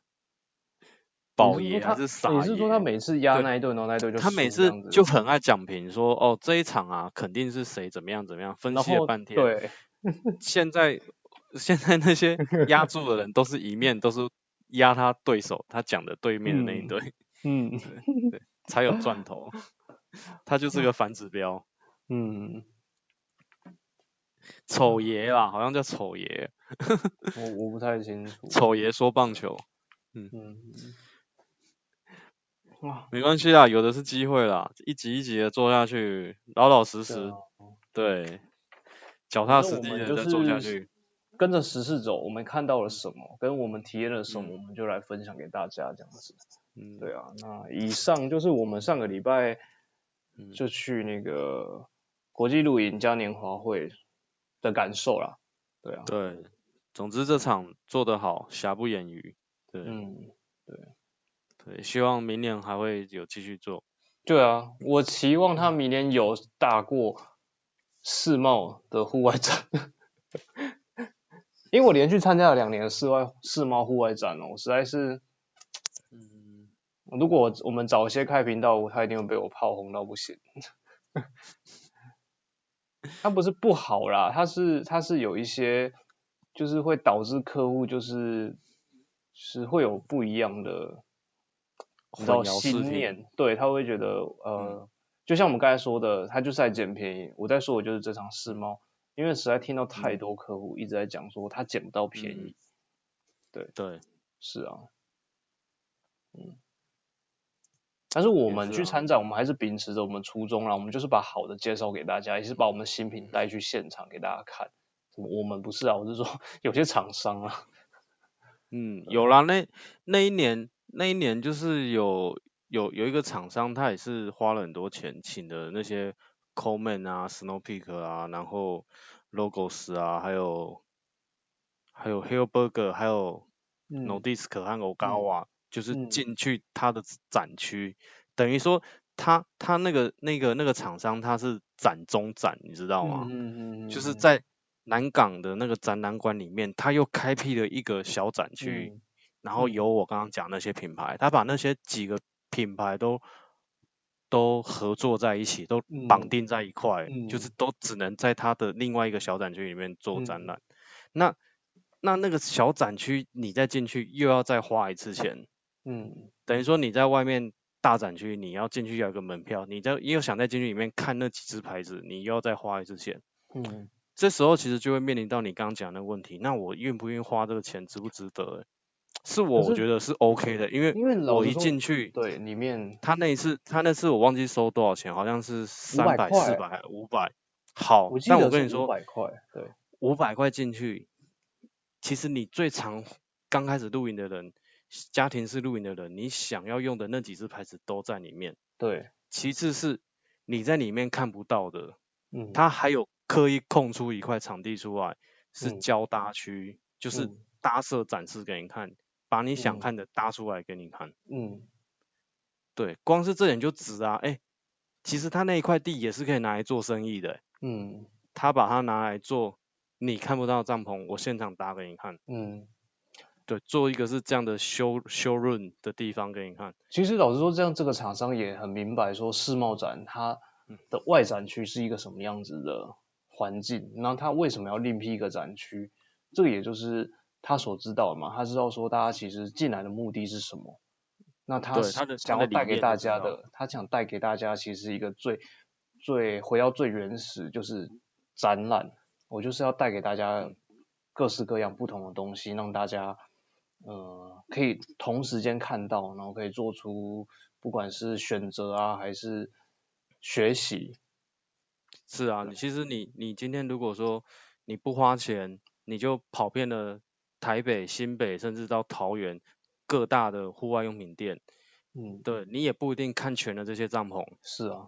S1: 宝
S2: 你是
S1: 爷
S2: 说
S1: 还
S2: 他
S1: 是傻爷？
S2: 你是说他每次压
S1: 对
S2: 那一顿，然后那一顿就
S1: 他
S2: 输
S1: 每
S2: 这
S1: 次
S2: 样子
S1: 就很爱讲评说，哦，这一场啊，肯定是谁怎么样怎么样，分
S2: 然
S1: 析了
S2: 后
S1: 半天。，
S2: 对
S1: 现在现在那些压住的人都是一面都是压他对手，他讲的对面的那一
S2: 嗯
S1: 堆、
S2: 嗯
S1: 才有赚头。 他就是 个反指标，
S2: 嗯，
S1: 丑爷啦，好像叫丑爷，
S2: 我我不太清楚。
S1: 丑爷说棒球，
S2: 嗯，哇，
S1: 没关系啦，有的是机会啦，一集一集的做下去，老老实
S2: 对
S1: 实
S2: 啊，
S1: 对，脚踏
S2: 正
S1: 实
S2: 我
S1: 地
S2: 们
S1: 的
S2: 就
S1: 再做下
S2: 是
S1: 去。
S2: 跟着时事走，我们看到了什么，跟我们体验了什么，我们就来分享给大家这样子。
S1: 嗯，
S2: 对啊，那以上就是我们上个礼拜
S1: 嗯
S2: 就去那个国际露营嘉年华会的感受啦。对啊，
S1: 对，总之这场做得好，瑕不掩瑜。对、
S2: 嗯，
S1: 对，希望明年还会有继续做。
S2: 对啊，我期望他明年有打过世贸的户外展，因为我连续参加了两年的室外世贸户外展哦，我实在是，
S1: 嗯，
S2: 如果我我们早些开频道，他一定会被我炮轰到不行。 他不是不好啦，他是他是有一些，就是会导致客户就是是会有不一样的
S1: 混
S2: 你知道
S1: 淆视
S2: 信
S1: 听。
S2: 念，对他会觉得呃，就像我们刚才说的，他就是在捡便宜。我在说我就是这场世贸，因为实在听到太多客户一直在讲说他捡不到便
S1: 嗯
S2: 宜，
S1: 对，
S2: 是啊，嗯，但是我
S1: 也
S2: 们
S1: 是
S2: 去
S1: 啊
S2: 参展，我们还是秉持着我们初衷啦，我们就是把好的介绍给大家，也是把我们新品带去现场给大家看。什么我们不是啊，我是说 有些厂商啊，
S1: 嗯，有啦，那那一年那一年就是有有有一个厂商，他也是花了很多钱请的那些 Coleman 啊、Snow Peak 啊，然后 Logos 啊，还有还有 Hillburger，还有 No
S2: 嗯，
S1: Disc 和 Ogawa，、就是
S2: 嗯
S1: 进去他的展区，等于说他他那个那个那个厂商他是展中展，你知道吗？
S2: 嗯嗯嗯，
S1: 就是
S2: 嗯
S1: 在南港的那个展览馆里面，他又开辟了一个小展区，
S2: 嗯
S1: 然后
S2: 嗯
S1: 有我刚刚讲那些品牌，他把那些几个品牌都都合作在一起，都绑
S2: 嗯
S1: 定在一块，就是
S2: 嗯
S1: 都只能在他的另外一个小展区里面做展
S2: 嗯
S1: 览。那那那个小展区，你再进去又要再花一次钱，
S2: 嗯
S1: 等于说你在外面大展区，你要进去要有个门票，你在又想再进去里面看那几只牌子，你又要再花一次钱。
S2: 嗯
S1: 这时候其实就会面临到你刚刚讲的问题，那我愿不愿意花这个钱，值不值得、欸？是我
S2: 是
S1: 我觉得是 OK 的，因为
S2: 因为老
S1: 我
S2: 实
S1: 一
S2: 说
S1: 进去，
S2: 对里面
S1: 他那一次他那次我忘记收多少钱，好像是三百、四
S2: 块
S1: 百、
S2: 欸
S1: 五百，好
S2: 我，记
S1: 但我
S2: 得
S1: 跟你
S2: 是五
S1: 说，
S2: 百块，对，
S1: 五百块进去，其实你最常刚开始露营的人，家庭式露营的人，你想要用的那几只牌子都在里面，
S2: 对，
S1: 其次是你在里面看不到的，
S2: 嗯，
S1: 他还有刻意空出一块场地出来，是
S2: 嗯
S1: 交搭区，就是
S2: 嗯
S1: 搭设展示给你看，把你想
S2: 嗯
S1: 看的搭出来给你看。
S2: 嗯
S1: 对，光是这点就值啊！哎、其实他那一块地也是可以拿来做生意的欸、
S2: 嗯
S1: 他把它拿来做你看不到的帐篷，我现场搭给你看。
S2: 嗯，
S1: 对，做一个是这样的修修润的地方给你看。
S2: 其实老实说，这样这个厂商也很明白说世贸展它
S1: 嗯
S2: 的外展区是一个什么样子的环境，那他为什么要另辟一个展区？这个也就是他所知道的嘛，他知道说大家其实进来的目的是什么。那他
S1: 对
S2: 是
S1: 他的他
S2: 想
S1: 的
S2: 要
S1: 理
S2: 带给
S1: 念
S2: 大
S1: 就知
S2: 家
S1: 道
S2: 的，他想带给大家其实一个最最回到最原始，就是展览。我就是要带给大家各式各样不同的东西，让大家呃可以同时间看到，然后可以做出不管是选择啊还是学习，
S1: 是啊，你其实你你今天如果说你不花钱，你就跑遍了台北、新北，甚至到桃园各大的户外用品店，
S2: 嗯，
S1: 对你也不一定看全了这些帐篷，
S2: 是啊，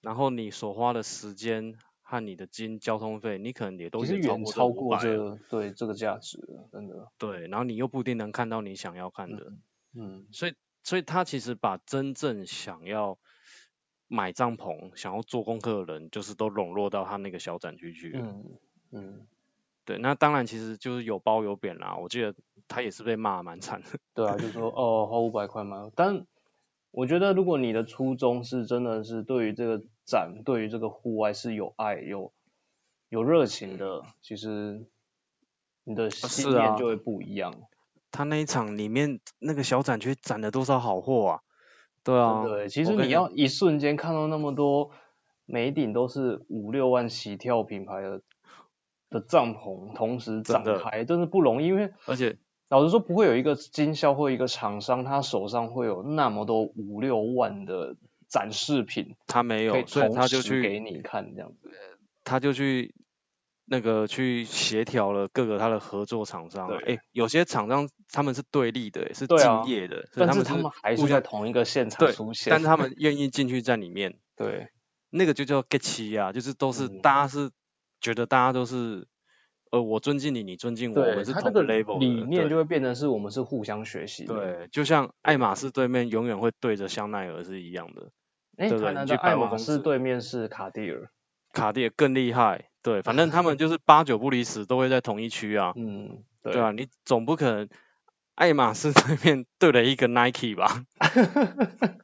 S1: 然后你所花的时间和你的金交通费，你可能也都
S2: 其实
S1: 远超
S2: 远
S1: 过
S2: 超
S1: 这五
S2: 过
S1: 百
S2: 这
S1: 了，
S2: 个对这个价值了，真的，
S1: 对，然后你又不一定能看到你想要看的，
S2: 嗯
S1: 所以所以他其实把真正想要买帐篷、想要做功课的人，就是都笼络到他那个小展区去了。
S2: 嗯嗯，
S1: 对，那当然其实就是有褒有贬啦。我记得他也是被骂得蛮惨的。
S2: 对啊，就说哦花五百块嘛，但我觉得如果你的初衷是真的是对于这个展，对于这个户外是有爱有有热情的，其实你的信
S1: 是啊
S2: 念就会不一样。
S1: 他那一场里面那个小展区展了多少好货啊？对啊，
S2: 对，欸其
S1: 我
S2: 实
S1: 跟
S2: 你
S1: 你讲
S2: 要一瞬间看到那么多，每一顶都是五六万起跳品牌的的帐篷同时
S1: 真
S2: 展
S1: 的
S2: 开，真是不容易。因为
S1: 而且
S2: 老实说，不会有一个经销或一个厂商，他手上会有那么多五六万的展示品，
S1: 他没
S2: 可以
S1: 有，所以
S2: 同
S1: 他就
S2: 时
S1: 去
S2: 给你看这样子。
S1: 他就去那个去协调了各个他的合作厂商、啊。哎、
S2: 对
S1: 有些厂商他们是对立的、欸是
S2: 对
S1: 敬
S2: 啊
S1: 业的，所以
S2: 但是
S1: 们
S2: 他
S1: 是
S2: 们还
S1: 互
S2: 是在
S1: 相
S2: 同一个现场
S1: 对
S2: 出现，
S1: 但他们愿意进去在里面，
S2: 对，
S1: 那个就叫 get 七啊，就是都是、
S2: 嗯
S1: 大家是觉得大家都是呃，我尊敬你，你尊敬我，我
S2: 对，
S1: 们是
S2: 它这
S1: 同
S2: 个
S1: level
S2: 理
S1: 的
S2: 念
S1: 对
S2: 就会变成是我们是互相学习的。
S1: 对，就像爱马仕对面永远会对着香奈儿是一样的。
S2: 哎，
S1: 对不
S2: 台
S1: 对
S2: 南
S1: 你
S2: 的
S1: 去百
S2: 爱
S1: 货
S2: 马
S1: 公
S2: 仕
S1: 司
S2: 对面是卡地尔，
S1: 卡地也更厉害，对，反正他们就是八九不离十，都会在同一区啊，
S2: 嗯，对
S1: 对啊，你总不可能爱马仕 对面对了一个 Nike 吧？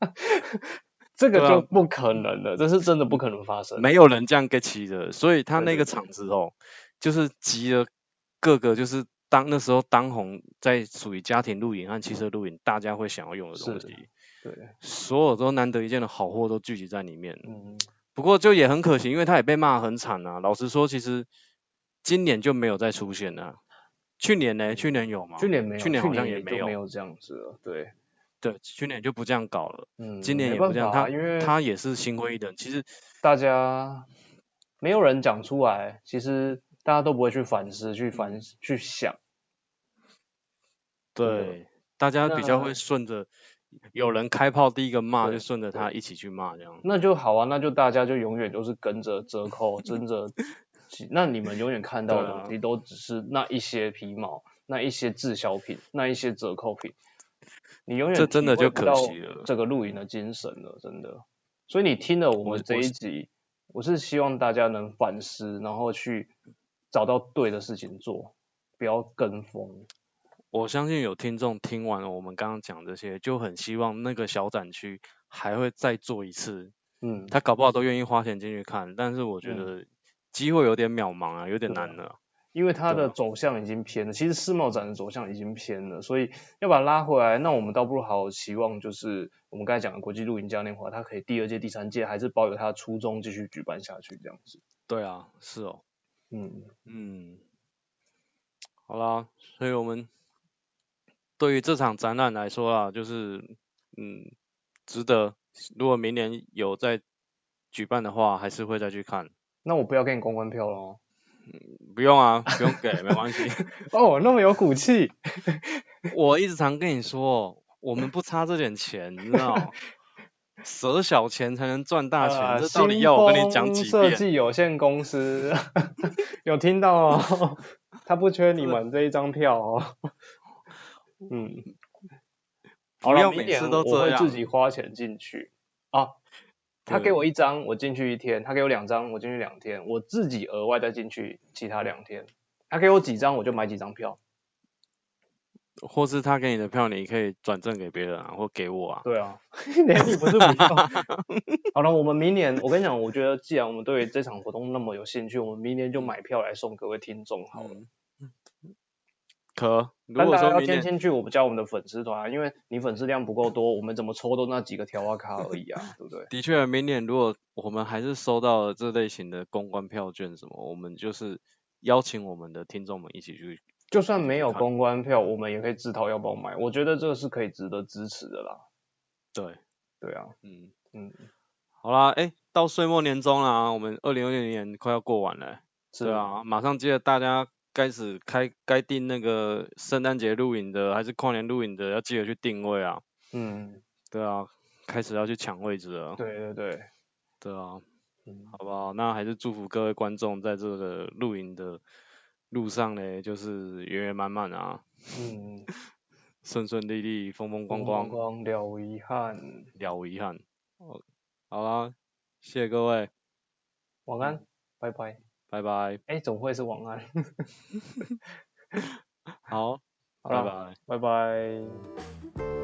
S2: 这个
S1: 对啊
S2: 就不可能了，这是真的不可能发生。
S1: 没有人这样 get 起的，所以他
S2: 对
S1: 那
S2: 对
S1: 个
S2: 对
S1: 厂子哦，就是集了各个就是当那时候当红在属于家庭露营和汽车露营大家会想要用的东
S2: 是
S1: 西，
S2: 对，
S1: 所有都难得一见的好货都聚集在里面。
S2: 嗯，
S1: 不过就也很可惜，因为他也被骂得很惨啊。老实说，其实今年就没有再出现了、啊去年呢？去年有吗？
S2: 去年没有，
S1: 去年好像也
S2: 就
S1: 没有
S2: 没有这样子了。对，
S1: 对，去年就不这样搞了，
S2: 嗯，
S1: 今年
S2: 没
S1: 也
S2: 办
S1: 不这样。
S2: 法啊
S1: 他
S2: 因为
S1: 他也是心灰意冷。其实
S2: 大家没有人讲出来，其实大家都不会去反思、去反去想。真的
S1: 对大家比较
S2: 那
S1: 会顺着有人开炮第一个骂，
S2: 对
S1: 就顺着他一起去骂这样。
S2: 那就好啊，那就大家就永远都是跟着折扣，跟着其，那你们永远看到的
S1: 对啊
S2: 东西都只是那一些皮毛、那一些滞销品、那一些折扣品，你永远
S1: 这真的
S2: 体会
S1: 就
S2: 不
S1: 可
S2: 到
S1: 惜了
S2: 这个露营的精神了，真的。所以你听了我
S1: 我
S2: 们
S1: 我
S2: 这一
S1: 是
S2: 集，我是希望大家能反思，然后去找到对的事情做，不要跟风。
S1: 我相信有听众听完了我们刚刚讲这些，就很希望那个小展区还会再做一次，
S2: 嗯，
S1: 他搞不好都愿意花钱进去看。但是我觉
S2: 嗯
S1: 得机会有点渺茫啊，有点
S2: 对啊
S1: 难了。
S2: 因为它
S1: 对
S2: 的走向已经偏了，其实世贸展的走向已经偏了，所以要把它拉回来，那我们倒不如好好期望，就是我们刚才讲的国际露营嘉年华，它可以第二届、第三届还是保有它的初衷，继续举办下去这样子。
S1: 对啊，是哦，
S2: 嗯，
S1: 嗯，好啦，所以我们对于这场展览来说啊，就是嗯，值得。如果明年有再举办的话，还是会再去看。
S2: 那我不要给你公关票了哦。
S1: 不用啊，不用给，没关系。
S2: 哦，那么有骨气。
S1: 我一直常跟你说，我们不差这点钱，你知道，舍小钱才能赚大钱。
S2: 呃
S1: 这道理要我跟你讲
S2: 新
S1: 几
S2: 风设
S1: 遍？
S2: 计有限公司 有听到哦，他不缺你们这一张票哦。嗯，好
S1: 不
S2: 了，
S1: 要
S2: 明
S1: 每
S2: 年
S1: 次都
S2: 我
S1: 这
S2: 会
S1: 样
S2: 自己花钱进去啊。他给
S1: 对
S2: 我一张，我进去一天；他给我两张，我进去两天；我自己额外再进去其他两天。他给我几张，我就买几张票。
S1: 或是他给你的票，你可以转赠给别人啊，或给我啊。
S2: 对啊， 连你不是不 要。好了，我们明年，我跟你讲，我觉得既然我们对这场活动那么有兴趣，我们明年就买票来送各位听众好了。
S1: 嗯，可如
S2: 但
S1: 果
S2: 大家
S1: 说
S2: 要
S1: 明
S2: 先
S1: 年
S2: 进去我们加我们的粉丝团啊，因为你粉丝量不够多，我们怎么抽都那几个条啊卡而已啊，对不对？
S1: 的确，明年如果我们还是收到了这类型的公关票券什么，我们就是邀请我们的听众们一起去。
S2: 就算没有
S1: 看
S2: 公关票，我们也可以自掏腰包买，我觉得这是可以值得支持的啦。
S1: 对，
S2: 对啊，
S1: 嗯
S2: 嗯，
S1: 好啦，哎、到岁末年终啦，我们二零二零年快要过完了、
S2: 是
S1: 对啊，马上接着大家开始开该订那个圣诞节录影的，还是跨年录影的，要记得去定位啊。
S2: 嗯，
S1: 对啊，开始要去抢位置了。
S2: 对对对，
S1: 对啊，
S2: 嗯，
S1: 好不好？那还是祝福各位观众在这个露营的路上呢，就是圆圆满满啊，
S2: 嗯，
S1: 顺顺利利，风风光
S2: 光
S1: 光，
S2: 光了遗憾，
S1: 了无遗憾。好好啦，谢谢各位，
S2: 晚安，拜拜。
S1: 拜拜。
S2: 哎，总会是晚安，
S1: 好，
S2: 好
S1: 拜
S2: 啦，
S1: 拜。
S2: 拜拜。